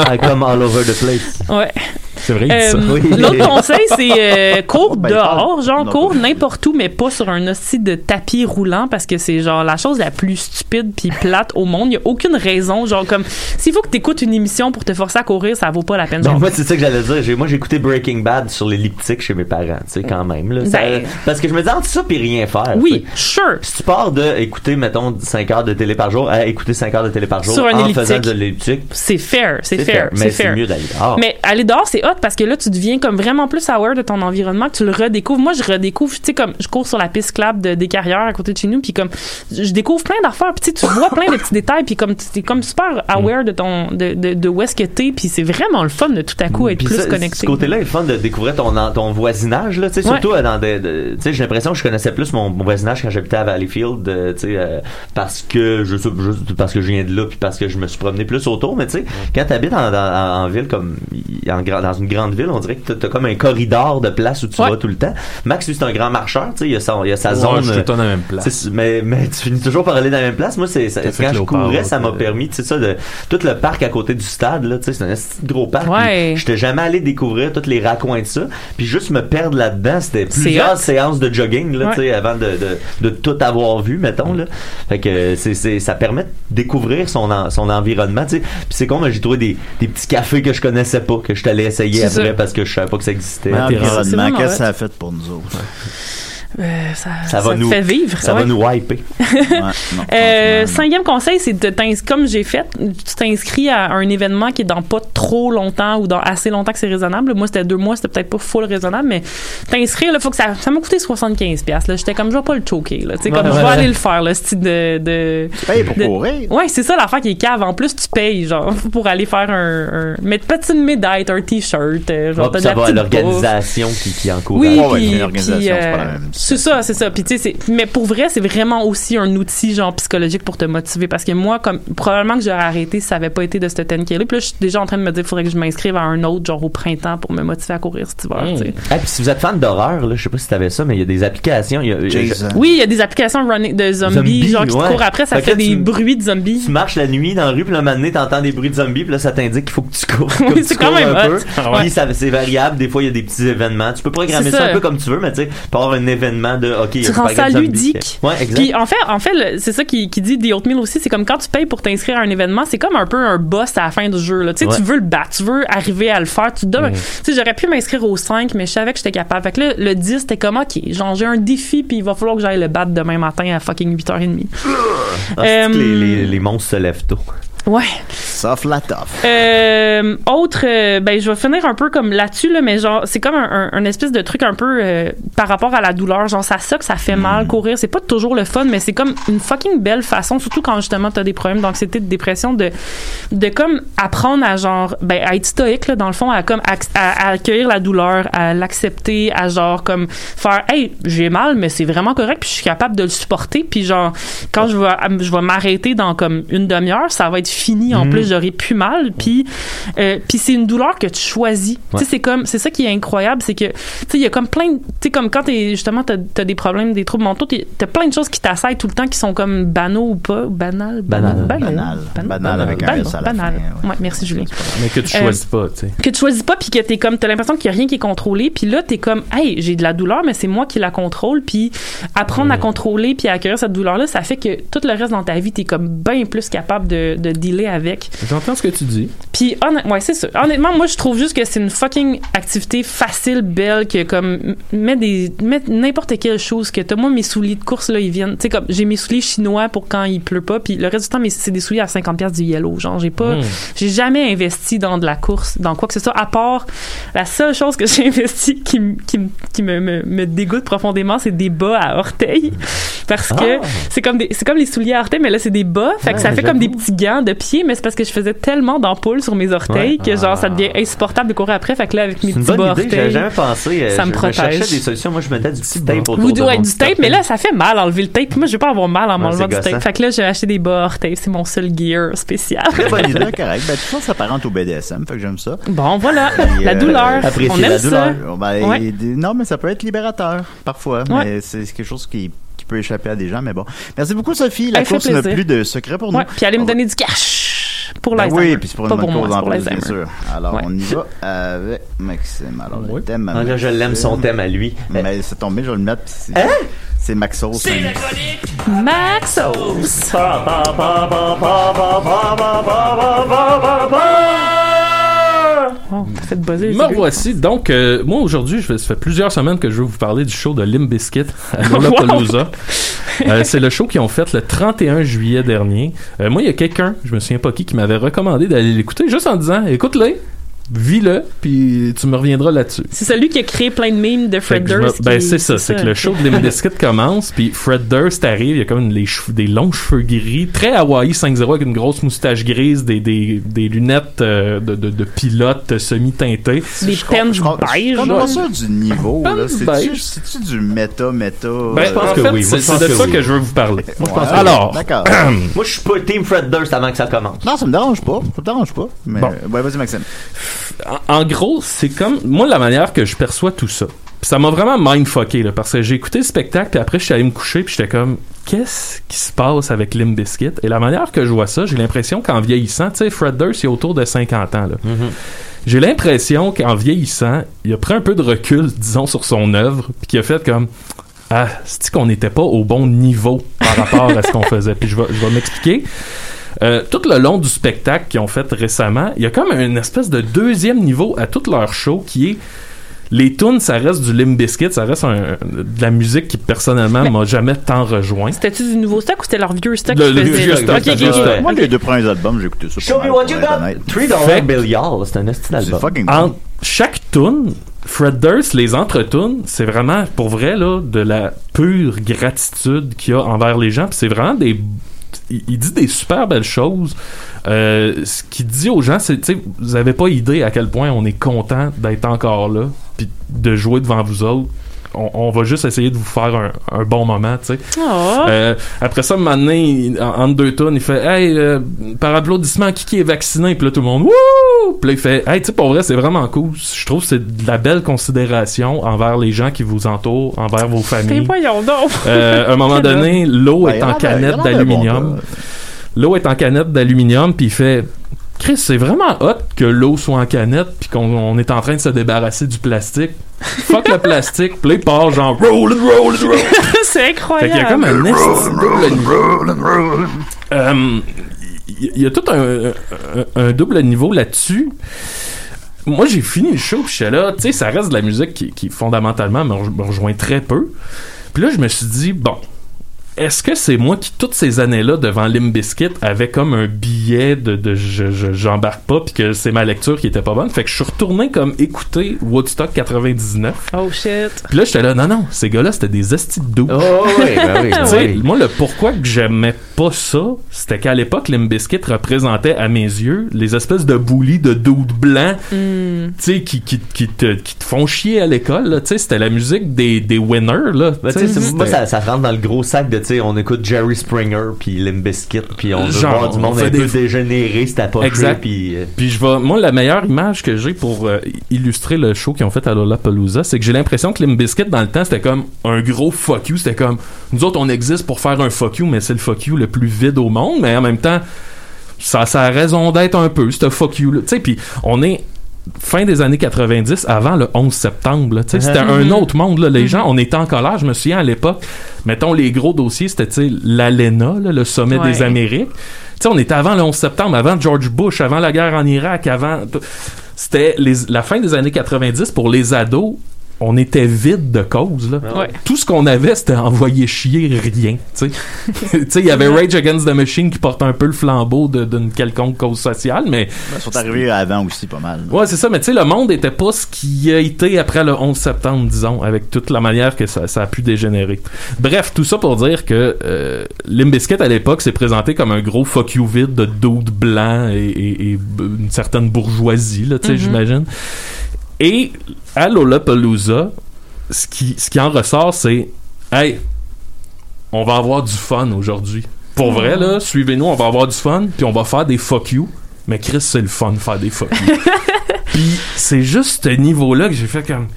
S7: I come all over the place.
S4: Ouais.
S5: C'est vrai,
S4: Euh, L'autre conseil, c'est euh, cours
S7: Ben,
S4: dehors, genre cours n'importe où, mais pas sur un hostie de tapis roulant parce que c'est genre la chose la plus stupide puis plate au monde. Il y a aucune raison, genre comme s'il faut que t'écoutes une émission pour te forcer à courir, ça vaut pas la peine.
S7: Ben,
S4: Genre,
S7: moi, c'est ça que j'allais dire. J'ai- Moi, j'ai écouté Breaking Bad sur l'elliptique chez mes parents, tu sais, quand même. là. Ça-
S4: Ben-
S7: parce que je me disais, entre ça puis rien faire.
S4: Oui, sure.
S7: Si tu pars de écouter, mettons, 5 heures de télé par jour à écouter 5 heures de télé par jour
S4: Sur un
S7: en
S4: elliptique.
S7: faisant de l'elliptique,
S4: c'est fair, c'est
S7: C'est
S4: fair,
S7: fair,
S4: c'est
S7: mais c'est
S4: fair.
S7: mieux d'aller dehors.
S4: Mais aller dehors, c'est hot parce que là, tu deviens comme vraiment plus aware de ton environnement, que tu le redécouvres. Moi, je redécouvre, tu sais, comme je cours sur la piste clap de, des carrières à côté de chez nous, puis comme je découvre plein d'affaires, puis tu sais, tu vois plein de petits détails, puis comme tu es comme
S7: Mm.
S4: super aware de ton de, de, de où est-ce que t'es, puis c'est vraiment le fun de tout à coup être
S7: Mm. Puis
S4: plus
S7: ça,
S4: connecté.
S7: Ce côté-là est le fun de découvrir ton, en- ton voisinage, là, tu sais,
S4: Ouais.
S7: surtout euh, dans des. de- tu sais, j'ai l'impression que je connaissais plus mon, mon voisinage quand j'habitais à Valleyfield, euh, tu sais, euh, parce que je sais- juste parce que je viens de là, puis parce que je me suis promené plus autour. Mais tu sais, quand t'habites en, en- en ville comme y- en, grand- dans une grande ville, on dirait que t'as- t'as comme un corridor de place où tu vas tout le temps. Max, lui, c'est un grand marcheur, tu sais, il y a, son- il y a sa
S5: Ouais,
S7: zone.
S5: je suis
S7: euh,
S5: tout le temps dans la même place.
S7: tu sais, mais, mais tu finis toujours par aller dans la même place. Moi, c'est ça-
S5: T'as fait
S7: quand je
S5: Cléopâtre,
S7: courais, ça m'a
S5: euh,
S7: permis, tu sais, ça, de tout le parc à côté du stade, là, tu sais, c'est un esti de gros parc.
S4: Ouais.
S7: Puis J'étais jamais allé découvrir tous les raccoins de ça. Puis juste me perdre là-dedans, c'était
S4: C'est hot.
S7: plusieurs séances de jogging, là,
S4: Ouais.
S7: tu sais, avant de, de, de tout avoir vu, mettons, là. Fait que euh, c'est, c'est, ça permet de découvrir son, en- son environnement, tu sais. Puis c'est con, mais j'ai trouvé des, des petits cafés que je connaissais pas, que je suis allé essayer
S4: C'est
S7: après
S4: ça.
S7: parce que je savais pas que ça existait.
S3: Ah,
S4: c'est vraiment
S3: Environnement, qu'est-ce
S4: hot.
S3: que ça a fait pour nous autres?
S4: Euh, ça,
S7: Ça va
S4: te
S7: nous,
S4: fait vivre.
S7: Ça
S4: ouais.
S7: va nous wiper.
S4: Euh, cinquième conseil, c'est de t'ins- comme j'ai fait, tu t'inscris à un événement qui est dans pas trop longtemps ou dans assez longtemps que c'est raisonnable. Moi, c'était deux mois, c'était peut-être pas full raisonnable, mais t'inscrire, là, faut que ça, ça m'a coûté 75 pièces. Là, j'étais comme je vais pas le choquer, là, tu sais, comme
S11: Ouais,
S4: je vais
S11: ouais.
S4: aller le faire, là, ce type de, de. Tu
S3: payes pour
S4: courir. Ouais, c'est ça l'affaire qui est cave. En plus, tu payes genre pour aller faire un, un mettre peut-être une médaille, t'as un t-shirt, euh, genre
S7: Ouais, puis
S4: t'as de la
S7: ça va à
S4: petite bouffe.
S7: l'organisation qui, qui encourage.
S4: Oui, puis- puis, euh, C'est ça, c'est ça. Puis tu sais, c'est- mais pour vrai, c'est vraiment aussi un outil genre psychologique pour te motiver parce que moi, comme probablement que j'aurais arrêté si ça avait pas été de ce 10 là. Puis là, je suis déjà en train de me dire, faudrait que je m'inscrive à un autre genre au printemps pour me motiver à courir cet hiver. tu sais.
S7: Ah, puis si vous êtes fan d'horreur, là, je sais pas si t'avais ça, mais il y a des applications. il Y a,
S4: Jason. Oui, il y a des applications running- de zombies, genre qui te courent après, ça fait, des bruits. de zombies.
S7: Tu marches la nuit dans la rue, puis là, un moment donné, t'entends des bruits de zombies, puis là, ça t'indique qu'il faut que tu cours. comme
S4: Oui,
S7: tu
S4: c'est quand
S7: cours
S4: même
S7: un
S4: hot.
S7: peu.
S4: Ah ouais.
S7: Puis ça- c'est variable. Des fois, il y a des petits événements. Tu peux programmer
S4: C'est ça.
S7: ça. un peu comme tu veux, mais tu sais, pour avoir un événement de OK, il y a
S4: Tu
S7: un
S4: rends
S7: paquet
S4: ça
S7: de zombies.
S4: ludique.
S7: Ouais, exact.
S4: Puis en fait, en fait, le- c'est ça qui, qui dit des Oatmeal aussi. C'est comme quand tu payes pour t'inscrire à un événement, c'est comme un peu un boss à la fin du jeu. Là. Tu sais,
S7: Ouais.
S4: tu veux le battre, tu veux arriver à le faire. Tu te donnes.
S7: Mm.
S4: Tu sais, j'aurais pu m'inscrire au 5, mais je savais que j'étais capable. Fait que là, le 10, c'était comme OK, genre j'ai un défi, puis il va falloir que j'aille le battre demain matin à fucking 8h30.
S7: Ah, c'est que les,
S4: Euh,
S7: les, les monstres se lèvent tôt.
S4: Ouais.
S3: Sauf la toffe.
S4: Euh, autre, euh, ben je vais finir un peu comme là-dessus là, mais genre c'est comme un, un- un espèce de truc un peu euh, par rapport à la douleur, genre ça que ça fait mal courir, c'est pas toujours le fun, mais c'est comme une fucking belle façon, surtout quand justement t'as des problèmes d'anxiété, de dépression, de de comme apprendre à genre ben à être stoïque là dans le fond, à comme ac- à, à accueillir la douleur, à l'accepter, à genre comme faire hey j'ai mal mais c'est vraiment correct puis je suis capable de le supporter puis genre quand je vais je vais m'arrêter dans comme une demi-heure, ça va être fini en
S11: Mhm.
S4: plus j'aurais plus mal puis euh, puis c'est une douleur que tu choisis
S11: Ouais.
S4: tu sais c'est comme c'est ça qui est incroyable c'est que tu sais il y a comme plein de- tu sais comme quand t'es justement t'as as des problèmes des troubles mentaux t'es- t'as plein de choses qui t'assaillent tout le temps qui sont comme banaux ou pas ou banales
S7: Banales.
S3: Banales. Banales avec un S à la
S4: banales. Ouais, merci Julien
S5: Mais que tu
S4: Euh,
S5: choisis pas, tu sais.
S4: que tu choisis pas puis que t'es comme t'as l'impression qu'il y a rien qui est contrôlé puis là t'es comme hey j'ai de la douleur mais c'est moi qui la contrôle puis apprendre
S3: Mm.
S4: à contrôler puis à accueillir cette douleur là ça fait que tout le reste dans ta vie t'es comme bien plus capable de, de dealer avec
S5: J'entends ce que tu dis.
S4: puis honnêt- ouais, c'est ça. Honnêtement, moi je trouve juste que c'est une fucking activité facile, belle, que comme m- mets des mets n'importe quelle chose que t'as. Moi mes souliers de course là, ils viennent. Tu sais comme j'ai mes souliers chinois pour quand il pleut pas. Puis le reste du temps, mes- c'est des souliers à 50 pièces du yellow. Genre j'ai pas,
S11: Mm.
S4: j'ai jamais investi dans de la course, dans quoi que ce soit. À part la seule chose que j'ai investi qui m- qui, m- qui me, me, me dégoûte profondément, c'est des bas à orteils parce que
S11: Ah.
S4: c'est comme des c'est comme les souliers à orteils, mais là c'est des bas. Fait que
S11: Ouais,
S7: Ah,
S4: ça fait
S11: j'avoue.
S4: comme des petits gants de pied, mais c'est parce que je faisais tellement d'ampoules sur mes orteils
S7: Ouais. Ah.
S4: que genre ça devient insupportable de courir après. Fait que là avec mes
S7: C'est une
S4: petits bas
S7: bonne idée, j'avais
S4: orteils,
S7: jamais pensé. euh,
S4: ça me
S7: je- Je
S4: protège.
S7: cherchais des solutions. Moi, je mettais du petit tape autour
S4: Vous
S7: de
S4: devez
S7: mon
S4: être du tape, mais là ça fait mal enlever le tape. Moi je veux pas avoir mal en
S7: Ouais,
S4: m'enlevant
S7: c'est
S4: du
S7: gossant.
S4: tape. Fait que là j'ai acheté des bas orteils, c'est mon seul gear spécial.
S3: Très bonne idée, correct. Ben, tout ça s'apparente au BDSM, fait que j'aime ça.
S4: Bon, voilà, la
S7: euh,
S4: douleur. euh, Apprécier On aime la douleur. ça.
S3: Ben,
S4: Ouais.
S3: et- Non, mais ça peut être libérateur, parfois.
S4: Ouais.
S3: Mais c'est quelque chose qui, qui peut échapper à des gens, mais bon. Merci beaucoup, Sophie. La
S4: Elle fait
S3: course n'a
S4: plaisir.
S3: plus de secret pour nous.
S4: Ouais, puis allez me donner du cash pour
S3: Ben
S4: l'Alzheimer.
S3: oui, puis c'est pour
S4: Pas
S3: une bonne
S4: moi,
S3: cause
S4: c'est
S3: en
S4: pour
S3: plus, bien
S4: l'Alzheimer.
S3: sûr. Alors, on y va avec Maxime. Alors, le thème à
S7: Ah, là, je
S3: Maxime.
S7: l'aime, son thème à lui.
S3: Mais c'est tombé, je vais le mettre. puis c'est- C'est Maxos.
S4: Maxos. Oh, faites buzzer.
S5: Me voici. Donc, euh, moi aujourd'hui, je fais- ça fait plusieurs semaines que je veux vous parler du show de Limbiskit à Lollapalooza. Euh, c'est le show qu'ils ont fait le 31 juillet dernier. Euh, moi, il y a quelqu'un, je me souviens pas qui, qui m'avait recommandé d'aller l'écouter juste en disant écoute-le, vis-le, puis tu me reviendras là-dessus.
S4: C'est celui qui a créé plein de mimes de
S5: Fait
S4: Fred
S5: que je me-
S4: Durst.
S5: ben
S4: qui-
S5: c'est ça, c'est que le show de Limp Bizkit commence, puis Fred Durst arrive, il y a comme une- les cheveux- des longs cheveux gris, très Hawaii 5-0 avec une grosse moustache grise, des, des, des lunettes euh, de, de, de pilote semi-teintées.
S4: Des peines beige.
S3: On
S4: là.
S3: pas ça du niveau, là. C'est-tu-
S5: beige.
S3: C'est-tu du méta, méta?
S5: Ben, je pense
S3: euh,
S5: que oui. C'est c'est de ça que je veux vous parler. Moi, je pense que- Alors,
S3: D'accord.
S7: Moi, je suis pas Team Fred Durst avant que ça commence.
S3: Non, ça me dérange pas. Ça me dérange pas. Mais,
S5: Bon.
S3: ouais, vas-y, Maxime.
S5: en, en gros, c'est comme moi la manière que je perçois tout ça. Puis Ça m'a vraiment mindfucké là, parce que j'ai écouté le spectacle puis après je suis allé me coucher puis j'étais comme qu'est-ce qui se passe avec Limp Bizkit et la manière que je vois ça, j'ai l'impression qu'en vieillissant, tu sais Fred Durst il est autour de 50 ans là. J'ai l'impression qu'en vieillissant, il a pris un peu de recul, disons sur son œuvre, puis qu'il a fait comme ah, c'est qu'on n'était pas au bon niveau par rapport à ce qu'on faisait. Puis je vais, je vais m'expliquer. Euh, tout le long du spectacle qu'ils ont fait récemment, il y a comme une espèce de deuxième niveau à tout leur show qui est les tunes, ça reste du Limp Bizkit, ça reste un- de la musique qui personnellement m'a jamais tant rejoint.
S4: C'était-tu du nouveau stock ou c'était leur vieux stock?
S5: Le-
S4: qu'ils
S5: le
S4: faisaient,
S5: vieux
S4: là?
S5: stock,
S4: Ok,
S5: le
S4: ok,
S5: vieux
S4: ok.
S5: stock.
S3: Moi, les deux premiers albums, j'ai écouté ça.
S7: Show me what you got.
S5: Fait
S7: $3
S5: que-
S7: Bill Yard, c'est un esti d'album.
S3: C'est fucking
S5: En chaque tune, Fred Durst, les entre-tunes, c'est vraiment, pour vrai, là, de la pure gratitude qu'il y a envers les gens. Puis c'est vraiment des. Il il dit des super belles choses. Euh, ce qu'il dit aux gens, c'est, tu sais, vous avez pas idée à quel point on est content d'être encore là, puis de jouer devant vous autres. on, on va juste essayer de vous faire un, un bon moment, tu sais.
S4: Oh.
S5: Euh, après ça, un moment donné, il- en, entre deux tonnes, il fait Hey, euh, par applaudissement, qui qui est vacciné Puis là, tout le monde Wouh Puis là, il fait Hey, tu sais, pour vrai, c'est vraiment cool. Je trouve que c'est de la belle considération envers les gens qui vous entourent, envers vos
S4: Et
S5: familles.
S4: voyons donc.
S5: Euh, à un moment
S4: Quel
S5: donné, l'eau
S4: Ouais,
S5: est
S4: Ben, il a l'air-
S5: en
S4: il a l'air
S5: canette d'aluminium. L'eau est en canette d'aluminium, puis il fait Chris, c'est vraiment hot que l'eau soit en canette, puis qu'on on est en train de se débarrasser du plastique. Fuck le plastique, puis là, il part genre roll it, roll it, roll it.
S4: c'est
S5: Fait
S4: incroyable.
S5: qu'il y a comme un esti de double niveau. Euh, Il y a tout un, un- un double niveau là-dessus. Moi, j'ai fini le show, puis je suis là, tu sais, ça reste de la musique qui, qui fondamentalement me re- me rejoint très peu. Puis là, je me suis dit, bon, est-ce que c'est moi qui, toutes ces années-là, devant Limbiskit, avait comme un billet de, de je, je- j'embarque pas, puis que c'est ma lecture qui était pas bonne? Fait que je suis retourné comme écouter Woodstock 99.
S4: Oh shit.
S5: Puis là, j'étais là, non, non, ces gars-là, c'était des estis de doux.
S4: oui, ben oui, ben
S5: Tu sais,
S4: oui.
S5: Moi, le pourquoi que j'aimais pas ça, c'était qu'à l'époque, Limbiskit représentait à mes yeux les espèces de boulis de doutes blancs tu sais, qui, qui, qui, te, qui te font chier à l'école. là. Tu sais, C'était la musique des, des winners. Là.
S7: Ben, tu sais,
S5: Tu sais,
S7: c'est- moi,
S5: c'était-
S7: ça, ça rentre dans le gros sac de, tu sais, on écoute Jerry Springer, puis Limbiskit, puis on veut
S5: Genre,
S7: voir du
S5: on
S7: monde
S5: fait
S7: un
S5: des-
S7: peu dégénéré, c'est approché,
S5: Exact.
S7: puis... euh,
S5: Puis je vais, moi, la meilleure image que j'ai pour euh, illustrer le show qu'ils ont fait à Lollapalooza, c'est que j'ai l'impression que Limbiskit, dans le temps, c'était comme un gros fuck you. C'était comme, nous autres, on existe pour faire un fuck you, mais c'est le fuck you le plus vide au monde. Mais en même temps, ça, ça a raison d'être un peu, ce fuck you. Tu sais, puis on est fin des années 90, avant le 11 septembre. là. Tu sais, C'était
S1: Mhm.
S5: un autre monde. là. Les gens, on était en colère. Je me souviens, à l'époque, mettons, les gros dossiers, c'était tu sais, l'ALENA, là, le sommet
S1: Ouais.
S5: des Amériques. Tu sais, on était avant le 11 septembre, avant George Bush, avant la guerre en Irak, avant. t- C'était les- la fin des années 90 pour les ados. On était vide de cause. là.
S4: Ouais.
S5: Tout ce qu'on avait, c'était envoyer chier rien. tu sais. Tu sais, Il y avait Rage Against the Machine qui porte un peu le flambeau de- d'une quelconque cause sociale, mais.
S3: Ils sont arrivés avant aussi pas mal.
S5: Ouais, c'est ça, mais tu sais, le monde était pas ce qu'il a été après le 11 septembre, disons, avec toute la manière que ça, ça a pu dégénérer. Bref, tout ça pour dire que euh, Limbiskit, à l'époque, s'est présenté comme un gros fuck you vide de dudes blancs et, et- et b- une certaine bourgeoisie, là, tu sais,
S1: Mhm.
S5: j'imagine. Et à Lollapalooza, ce qui, ce qui en ressort, c'est Hey, on va avoir du fun aujourd'hui. Pour vrai, là, suivez-nous, on va avoir du fun, puis on va faire des fuck you. Mais Chris, c'est le fun de faire des fuck you. puis c'est juste ce niveau-là que j'ai fait comme.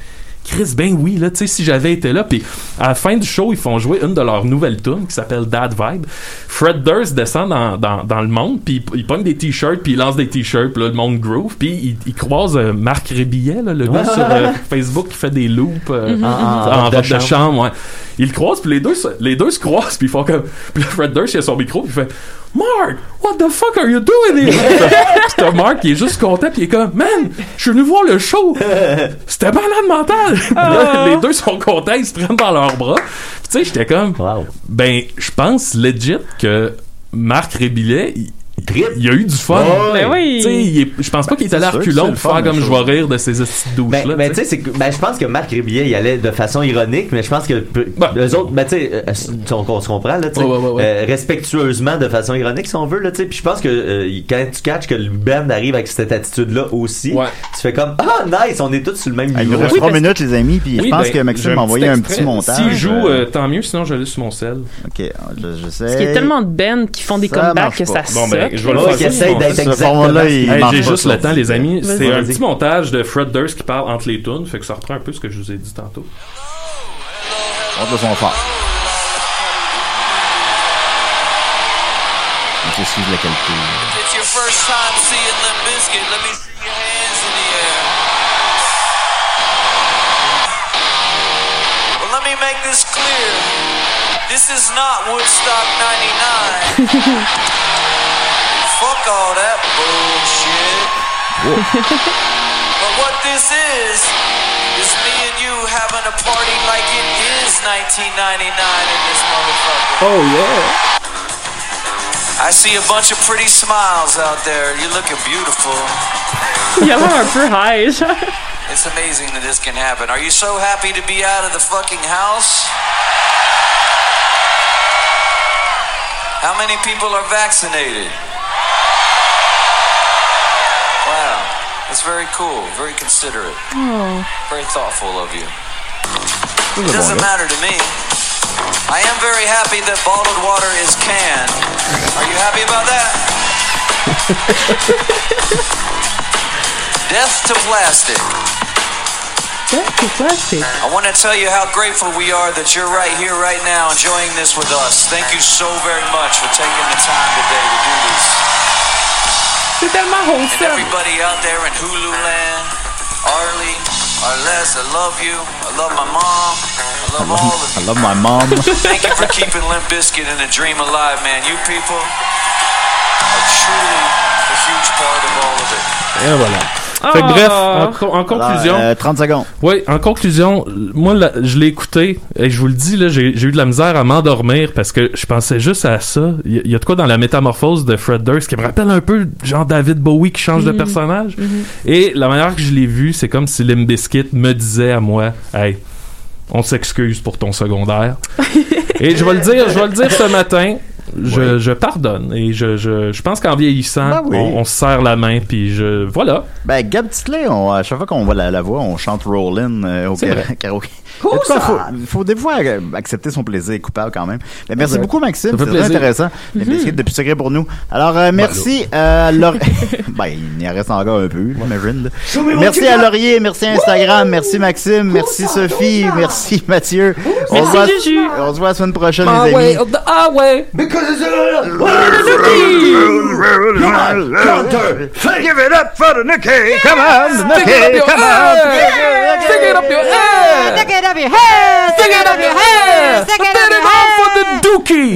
S5: Chris, ben oui, là, tu sais, si j'avais été là. Puis à la fin du show, ils font jouer une de leurs nouvelles tunes qui s'appelle Dad Vibe. Fred Durst descend dans, dans, dans le monde, puis il, il pogne des t-shirts, puis il lance des t-shirts, puis là, le monde groove, puis il, il croise euh, Marc Rébillet, là, le gars sur euh, Facebook qui fait des loops euh,
S1: Mhm.
S5: en,
S1: En- en
S5: en
S1: robe de
S5: robe de
S1: chambre.
S5: chambre ouais. Ils le croisent, puis les deux, se- les deux se croisent, puis ils font comme. Puis là, Fred Durst, il a son micro, puis il fait Mark, what the fuck are you doing here? Puis t'as Mark, il est juste content, puis il est comme Man, je suis venu voir le show! C'était malade mental! Puis là, les deux sont contents, ils se prennent dans leurs bras. Puis tu sais, j'étais comme Ben, je pense legit que Marc Rébillet, il, il a eu du fun.
S7: Ouais. Ben oui.
S5: Tu sais, il est- je pense pas qu'il était là
S7: C'est sûr que
S5: reculant pour
S7: c'est le fun,
S5: faire comme
S7: la
S5: je
S7: chose.
S5: vais rire de ces hosties de douches
S7: Ben,
S5: là.
S7: ben, tu sais, c'est que- ben, je pense que Marc Rébillet, il allait de façon ironique, mais je pense que peu- eux autres, ben, tu sais, euh, euh, on, on se comprend, là, tu sais,
S5: Bah. Ouais, ouais, ouais, ouais.
S7: euh, respectueusement, de façon ironique, si on veut, là, tu sais, puis je pense que euh, il- quand tu catches que le band arrive avec cette attitude-là aussi, tu fais comme, ah, nice, on est tous sur le même
S3: Il
S7: niveau.
S3: nous reste trois minutes, les amis, puis je
S7: Oui,
S3: pense
S7: ben,
S3: que
S7: j'ai
S3: Maxime
S7: un
S3: m'a envoyé
S7: petit
S3: un petit
S7: extrait.
S3: montage.
S5: S'il joue, euh, tant mieux, sinon je l'ai sur mon sel.
S3: Ok, je, je sais.
S4: Parce qu'il y a tellement de bands qui font des
S3: Ça
S4: comebacks
S3: marche
S4: que ça
S3: pas.
S4: se
S3: Bon, ben,
S5: je vais le faire. Hey, J'ai juste le temps, les amis.
S4: Vas-y.
S5: C'est un
S4: Vas-y.
S5: petit montage de Fred Durst qui parle entre les tunes, fait que ça reprend un peu ce que je vous ai dit tantôt.
S3: On de son fort. Je suis de la qualité.
S12: It's your first time seeing Limp Bizkit. Let me see your hands in the air. Well, let me make this clear. This is not Woodstock 99. Fuck all that bullshit. But what this is, is me and you having a party like it is 1999 in this motherfucker.
S5: Oh yeah.
S12: I see a bunch of pretty smiles out there. You're looking beautiful.
S4: Il a l'air un peu high. genre.
S12: It's amazing that this can happen. Are you so happy to be out of the fucking house? How many people are vaccinated? Wow, that's very cool, very considerate, very thoughtful of you. It doesn't matter to me. I am very happy that bottled water is canned. Are you happy about that? Death to plastic.
S4: That's the plastic.
S12: I want to tell you how grateful we are that you're right here, right now, enjoying this with us. Thank you so very much for taking the time today to do this.
S4: C'est tellement
S12: And
S4: wholesome.
S12: everybody out there in Hulu land, Arlie, Arles, I love you. I love my mom. I love all of you.
S3: I love my mom.
S12: Thank you for keeping Limp Bizkit and the dream alive, man. You people are truly a huge part of all of it.
S5: Et voilà. Fait que
S12: Ah.
S5: bref, en, co- en conclusion.
S3: Alors, euh, 30 secondes.
S5: Oui, en conclusion, moi, là, je l'ai écouté et je vous le dis, là, j'ai j'ai eu de la misère à m'endormir parce que je pensais juste à ça. Il y, a- il y a de quoi dans la métamorphose de Fred Durst qui me rappelle un peu genre David Bowie qui change de
S14: Mhm.
S5: personnage.
S14: Mhm.
S5: Et la manière que je l'ai vu, c'est comme si Limbiskit me disait à moi, hey, on s'excuse pour ton secondaire. et je vais le dire, je vais le dire ce matin. Je, je pardonne et je, je, je pense qu'en vieillissant,
S3: Ben oui.
S5: on, on se serre la main puis je voilà.
S3: Ben, Gab Titley, on- à chaque fois qu'on voit la, la voix, on chante Rollin euh, au
S5: C'est
S3: kara-
S5: vrai.
S3: karaoké.
S5: Cool,
S3: En tout cas,
S5: ça!
S3: faut, faut des fois euh, accepter son plaisir coupable quand même. Ben, merci
S5: Ouais.
S3: beaucoup, Maxime.
S5: Ça fait
S3: C'est très
S5: plaisir.
S3: intéressant. Les
S5: Mhm.
S3: biscuits de plus secret pour nous. Alors, euh, merci euh, à Laurier. ben, il en reste encore un peu, j'imagine. là.
S12: mais mon
S3: Merci
S12: cul,
S3: à
S12: là!
S3: Laurier, merci à Instagram, merci Maxime, merci Sophie, merci Mathieu. On
S12: Merci,
S3: se voit-
S12: Juju.
S3: On se voit la semaine prochaine,
S12: My
S3: les
S12: way
S3: amis.
S12: of
S5: Ah ouais!
S12: Because it's a counter. Give it up for the Nikki. Come on,
S3: Stick it up your ass.
S12: Stick it up your ass. Stick it up your ass. Stick it up your ass.
S5: Dookie!